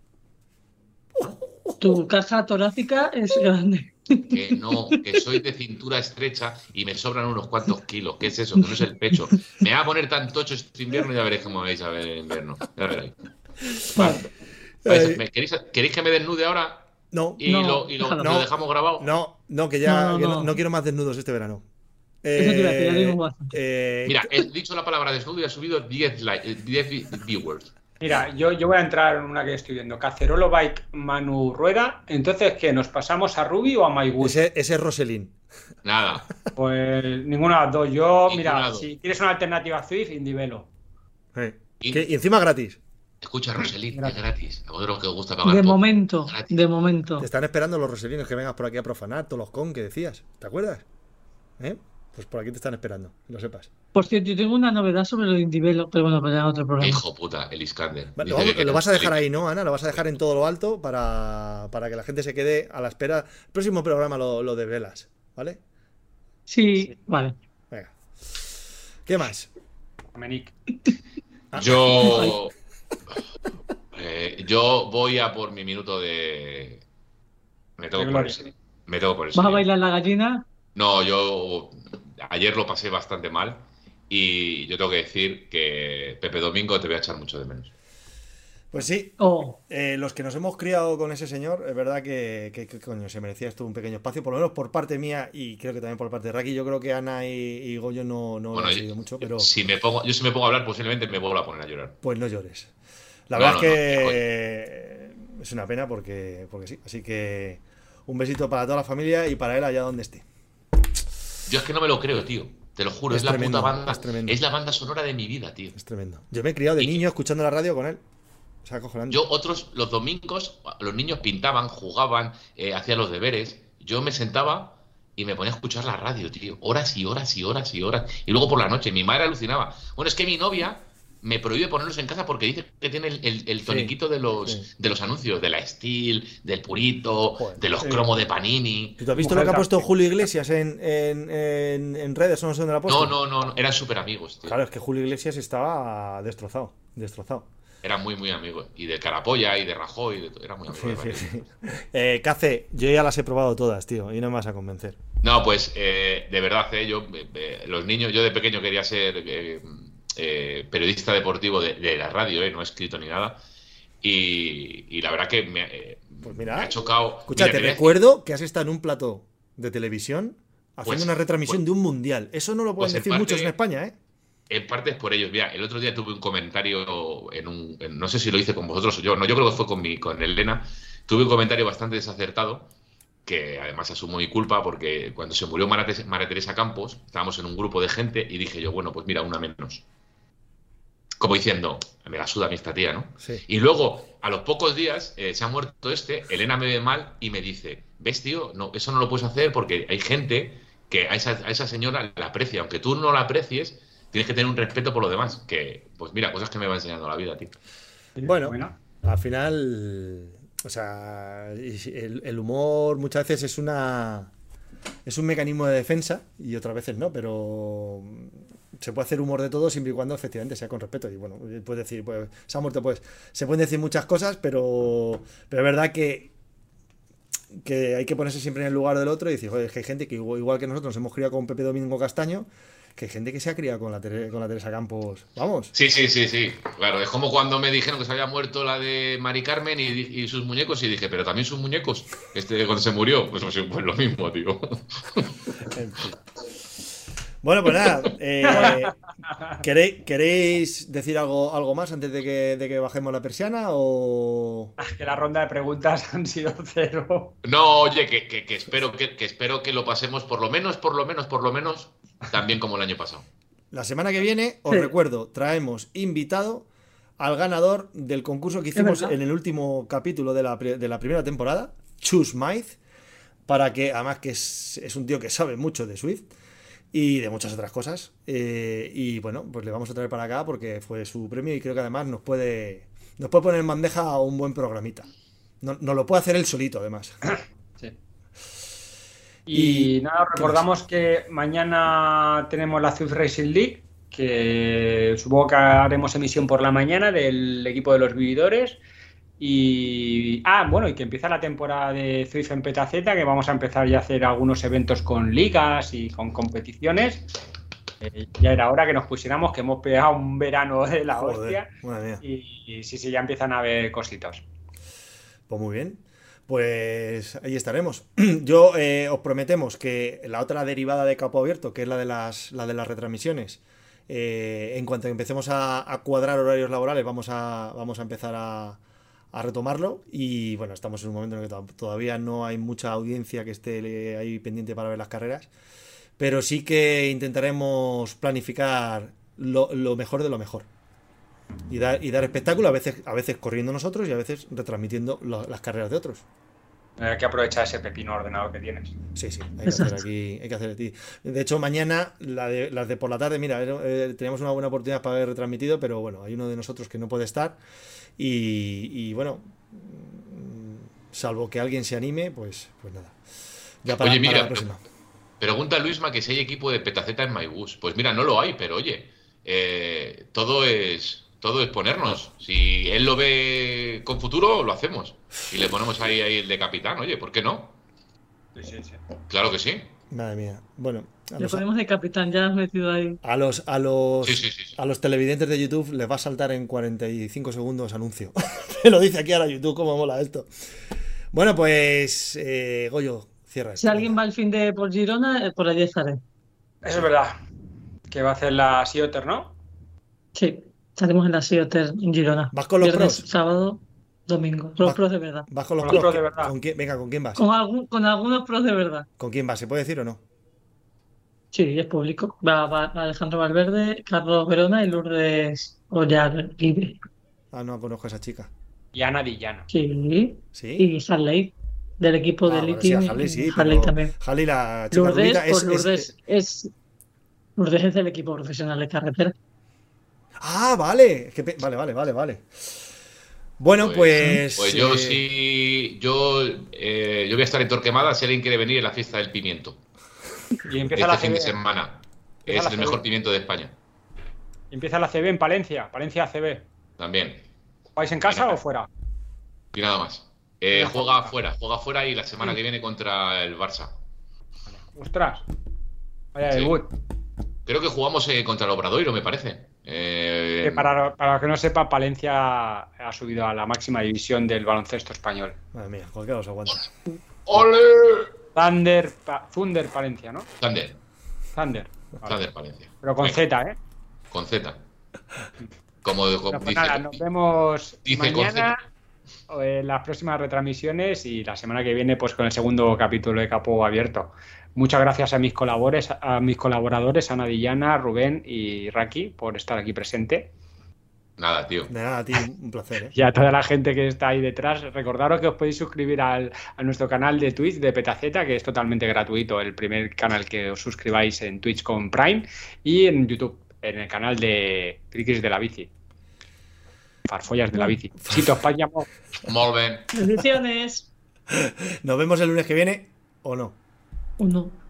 S1: Tu caja torácica es grande.
S3: Que no, que soy de cintura estrecha y me sobran unos cuantos kilos. ¿Qué es eso? Que no es el pecho. Me va a poner tan tocho este invierno y ya veréis cómo me vais a ver en invierno. Ya veréis. Vale. Pues,
S2: Ay,
S3: ¿me- ¿queréis, queréis que me desnude ahora
S2: no,
S3: y,
S1: No,
S3: lo, y lo-
S1: déjalo.
S3: lo
S2: No.
S3: dejamos grabado?
S2: no, no, que ya
S1: No,
S2: que no,
S1: no.
S2: no quiero más desnudos este verano.
S1: Eso te iba a decir, ya
S2: Eh,
S1: vimos bastante.
S2: eh,
S3: Mira, he dicho la palabra desnudo y ha subido 10, like- eh, 10 vi- viewers.
S4: Mira, yo, yo voy a entrar en una que estoy viendo. Cacerolo Bike Manu Rueda. Entonces, ¿qué? ¿Nos pasamos a Ruby o a MyWood?
S2: ese, ese es Roselín.
S3: Nada.
S4: Pues ninguna de las dos. Yo,
S3: Ninguna de
S4: mira,
S3: las dos.
S4: si quieres una alternativa a Zwift, Indivelo.
S2: Eh,
S3: Y-
S2: que- y encima gratis.
S3: Escucha, Roselín, es gratis. A vosotros que os gusta pagar
S1: De
S3: todo.
S1: momento,
S3: Gratis.
S1: de momento.
S2: Te están esperando los roselinos que vengas por aquí a profanar, todos los con que decías. ¿Te acuerdas? ¿Eh? Pues por aquí te están esperando, que lo sepas.
S1: Por cierto, yo tengo una novedad sobre lo de Indivelo, pero bueno, para otro programa.
S3: Hijo puta, el Iskander.
S2: Vale,
S3: Dice
S2: lo,
S3: que-
S2: lo vas a dejar ahí, ¿no, Ana? Lo vas a dejar en todo lo alto para, para que la gente se quede a la espera. Próximo programa lo, lo de velas, ¿vale?
S1: Sí, vale.
S2: Venga. ¿Qué más?
S4: Dominic.
S2: [laughs]
S3: Yo. Eh, yo voy a por mi minuto de. Me tengo
S4: De
S3: que
S4: gloria.
S3: poner. Me tengo que poner.
S1: ¿Vas a
S3: serio.
S1: bailar la gallina?
S3: No, yo ayer lo pasé bastante mal y yo tengo que decir que Pepe Domingo te voy a echar mucho de menos.
S2: Pues sí,
S1: Oh,
S2: eh, los que nos hemos criado con ese señor, es verdad que, que- que, coño, se merecía esto un pequeño espacio, por lo menos por parte mía y creo que también por parte de Raki. Yo creo que Ana y, y Goyo no, no
S3: Bueno, eh,
S2: han
S3: yo-
S2: seguido mucho, pero
S3: Si me pongo, yo si me pongo a hablar, posiblemente me vuelva a poner a llorar.
S2: pues no llores. La
S3: No,
S2: verdad
S3: no,
S2: es
S3: no,
S2: que es una pena porque, porque sí. Así que un besito para toda la familia y para él allá donde esté.
S3: Yo es que no me lo creo, tío. Te lo juro,
S2: Es
S3: es, la
S2: tremendo,
S3: puta banda.
S2: es tremendo.
S3: Es la banda sonora de mi vida, tío.
S2: Es tremendo. Yo me he criado de
S3: Y-
S2: niño escuchando la radio con él. O sea, acojonante.
S3: Yo otros, los domingos, los niños pintaban, jugaban, eh, hacían los deberes. Yo me sentaba y me ponía a escuchar la radio, tío. Horas y horas y horas y horas. Y luego por la noche, mi madre alucinaba. Bueno, es que mi novia me prohíbe ponerlos en casa porque dice que tiene el, el- el toniquito de los
S2: sí.
S3: de los anuncios, de la Steel, del Purito,
S2: Joder,
S3: de los
S4: sí.
S3: cromos de Panini.
S2: ¿Y ¿Tú has visto
S4: Mujer
S2: lo que ha puesto
S4: también.
S2: Julio Iglesias en, en, en- en redes? ¿O no sé dónde lo ha puesto?
S3: No, no, no, no, eran súper amigos, tío.
S2: Claro, es que Julio Iglesias estaba destrozado. Destrozado.
S3: Eran muy, muy amigos. Y de Carapolla y de Rajoy, de to- eran muy amigos.
S2: Sí,
S3: de
S2: sí,
S3: varios.
S2: sí. Eh, Cace, yo ya las he probado todas, tío, y no me vas a convencer.
S3: No, pues eh, de verdad, eh, yo, eh, eh, los niños, yo de pequeño quería ser eh, eh, periodista deportivo de, de la radio, eh, no he escrito ni nada. Y, y la verdad que me, eh,
S2: Pues mira.
S3: me ha chocado.
S2: Escucha,
S3: Mira,
S2: te
S3: te voy a-
S2: recuerdo que has estado en un plató de televisión haciendo
S3: Pues-
S2: una retransmisión
S3: pues-
S2: de un mundial. Eso no lo pueden
S3: pues en
S2: decir
S3: parte-
S2: muchos en España, ¿eh?
S3: En parte es por ellos. Mira, el otro día tuve un comentario en un. en- no sé si lo hice con vosotros o yo. No, yo creo que fue con mi, con Elena. Tuve un comentario bastante desacertado, que además asumo mi culpa, porque cuando se murió Mara, Tes- María Teresa Campos, estábamos en un grupo de gente y dije yo, bueno, pues mira, una menos. Como diciendo, me la suda a mí esta tía, ¿no?
S2: Sí.
S3: Y luego, a los pocos días, eh, se ha muerto este, Elena me ve mal y me dice, ves, tío, no, eso no lo puedes hacer porque hay gente que a esa, a esa señora la aprecia. Aunque tú no la aprecies, tienes que tener un respeto por los demás. Que, pues mira, cosas que me va enseñando la vida, tío.
S2: Bueno, Al final, o sea, el, el humor muchas veces es una es un mecanismo de defensa y otras veces no, pero se puede hacer humor de todo siempre y cuando efectivamente sea con respeto. Y bueno, puedes decir, pues, se ha muerto, pues, se pueden decir muchas cosas, pero, pero es verdad que, que hay que ponerse siempre en el lugar del otro y decir, joder, es que hay gente que igual, igual que nosotros nos hemos criado con Pepe Domingo Castaño, que hay gente que se ha criado con la, Tere- con la Teresa Campos. Vamos.
S3: Sí, sí, sí, sí. Claro, es como cuando me dijeron que se había muerto la de Mari Carmen y, di- y sus muñecos y dije, pero también sus muñecos. Este cuando se murió, pues, pues, pues lo mismo, tío.
S2: En fin. Bueno, pues nada. eh, ¿queréis, queréis decir algo, algo más antes de que, de que bajemos la persiana? O...
S4: Que la ronda de preguntas [laughs] han sido cero.
S3: No, oye, que, que- que espero que, que espero que lo pasemos por lo menos, por lo menos, por lo menos, también como el año pasado.
S2: La semana que viene, os
S1: Sí.
S2: recuerdo, traemos invitado al ganador del concurso que hicimos
S1: verdad.
S2: en el último capítulo de la, pri- de la primera temporada, Chus Maiz, para que, además que es, es un tío que sabe mucho de Swift y de muchas otras cosas. eh, y bueno, pues le vamos a traer para acá porque fue su premio y creo que además nos puede, nos puede poner en bandeja un buen programita. No- nos lo puede hacer él solito, además.
S4: Sí. Y,
S2: Y-
S4: nada, os recordamos que mañana tenemos la Swift Racing League, que supongo que haremos emisión por la mañana del equipo de los vividores. Y. Ah, bueno, y que empieza la temporada de Zwift en PetaZ, que vamos a empezar ya a hacer algunos eventos con ligas y con competiciones. Eh, ya era hora que nos pusiéramos, que hemos pegado un verano de
S2: [laughs]
S4: la
S2: Joder,
S4: hostia.
S2: madre mía.
S4: Y, y sí, sí, ya empiezan a haber cositas.
S2: Pues muy bien. Pues ahí estaremos. [clears throat] Yo eh, os prometemos que la otra derivada de capo abierto, que es la de las, la de las retransmisiones, eh, en cuanto empecemos a, a cuadrar horarios laborales, vamos a, vamos a empezar a, a retomarlo. Y bueno, estamos en un momento en el que to- todavía no hay mucha audiencia que esté eh, ahí pendiente para ver las carreras. Pero sí que intentaremos planificar lo, lo mejor de lo mejor. Y dar, y dar espectáculo, a veces, a veces corriendo nosotros y a veces retransmitiendo lo- las carreras de otros.
S4: Hay que aprovechar ese pepino ordenador que tienes.
S2: Sí, sí, hay que hacer aquí, hay que hacer aquí. De hecho, mañana, la de, las de por la tarde, mira, eh, teníamos una buena oportunidad para haber retransmitido, pero bueno, hay uno de nosotros que no puede estar. Y, y bueno, mm, salvo que alguien se anime, pues, pues nada. Ya para,
S3: Oye,
S2: para
S3: mira,
S2: la próxima.
S3: Pregunta Luisma que si hay equipo de petaceta en MyBus. Pues mira, no lo hay, pero oye, eh, todo es todo es ponernos. Si él lo ve con futuro, lo hacemos. Y le ponemos ahí, ahí el de capitán, oye, ¿por qué no?
S4: Sí, sí, sí.
S3: Claro que sí.
S2: Madre mía. Bueno, a
S1: Le
S2: los,
S1: ponemos de capitán, ya has metido ahí.
S2: a los, a los,
S3: Sí, sí, sí, sí.
S2: a los televidentes de YouTube les va a saltar en 45 segundos anuncio. [laughs] Te lo dice aquí ahora YouTube, cómo mola esto. Bueno, pues, eh, Goyo, cierra.
S1: Si
S2: esto.
S1: alguien va al fin de por Girona, eh, por allí estaré.
S4: Eso es verdad. Que va a hacer la Seater, ¿no?
S1: Sí, estaremos en la Cioter en Girona.
S2: ¿Vas con los
S1: Viernes,
S2: pros?
S1: sábado, domingo. Los
S2: Va-
S1: pros de verdad.
S2: Vas con los
S4: Con los
S2: clos.
S4: pros de verdad.
S2: ¿Con quién- venga, ¿con quién vas?
S1: Con, algún- con algunos pros de verdad.
S2: ¿Con quién vas? ¿Se puede decir o no?
S1: Sí, es público. Va, va Alejandro Valverde, Carlos Verona y Lourdes Ollar Guibe.
S2: Ah, no conozco a esa chica.
S4: Y Ana Dillana.
S1: Sí,
S2: ¿Sí?
S1: y Harley, del equipo de
S2: Ah, bueno,
S1: Liti.
S2: sí, a Harley sí,
S1: Harley
S2: pero
S1: también.
S2: Harley, la chica
S1: Lourdes,
S2: rubita, es,
S1: pues Lourdes
S2: es-
S1: es, Lourdes es del equipo profesional de carretera.
S2: Ah, vale. Es que pe- Vale, vale, vale, vale. Bueno, pues.
S3: Pues yo
S2: eh,
S3: sí, yo, eh, yo voy a estar en Torquemada si alguien quiere venir en la fiesta del pimiento.
S4: Y empieza,
S3: Este
S4: la
S3: fin de
S4: CB,
S3: semana.
S4: Empieza
S3: Es
S4: la
S3: el
S4: CB.
S3: mejor pimiento de España.
S4: empieza la CB en Palencia. Palencia CB.
S3: También.
S4: ¿Vais en casa
S3: Venga.
S4: o fuera?
S3: Y nada más. Eh,
S4: Venga,
S3: juega
S4: Juanma.
S3: afuera, juega afuera y la semana que viene contra el Barça.
S4: Ostras. Vaya
S3: Sí.
S4: debut. Pero
S3: Creo que jugamos eh, contra el Obradoiro, me parece. Eh,
S4: Que para, para que no sepa, Palencia ha subido a la máxima división del baloncesto español.
S2: Madre mía, cualquiera os aguanta.
S3: ¡Ole!
S4: Thunder, Pa- Thunder Palencia, ¿no?
S3: Thunder,
S4: Thunder. Vale.
S3: Thunder Palencia.
S4: Pero con
S3: Venga,
S4: Z, ¿eh?
S3: Con Z. Como de-
S4: Bueno, pues
S3: dice,
S4: nada, nos vemos
S3: dice con
S4: mañana o en las próximas retransmisiones y la semana que viene pues con el segundo capítulo de Capo Abierto. Muchas gracias a mis colabores, a mis colaboradores, Ana Dillana, Rubén y Raki por estar aquí presente.
S3: nada, tío.
S2: De nada, a ti, un placer, ¿eh?
S4: Y a toda la gente que está ahí detrás, recordaros que os podéis suscribir al, a nuestro canal de Twitch de Petaceta, que es totalmente gratuito, el primer canal que os suscribáis en Twitch con Prime y en YouTube, en el canal de Frikis de la Bici. Farfollas de la Bici. Si os payamos,
S3: Molven.
S1: Bendiciones.
S2: Nos vemos el lunes que viene o no.
S1: Uno.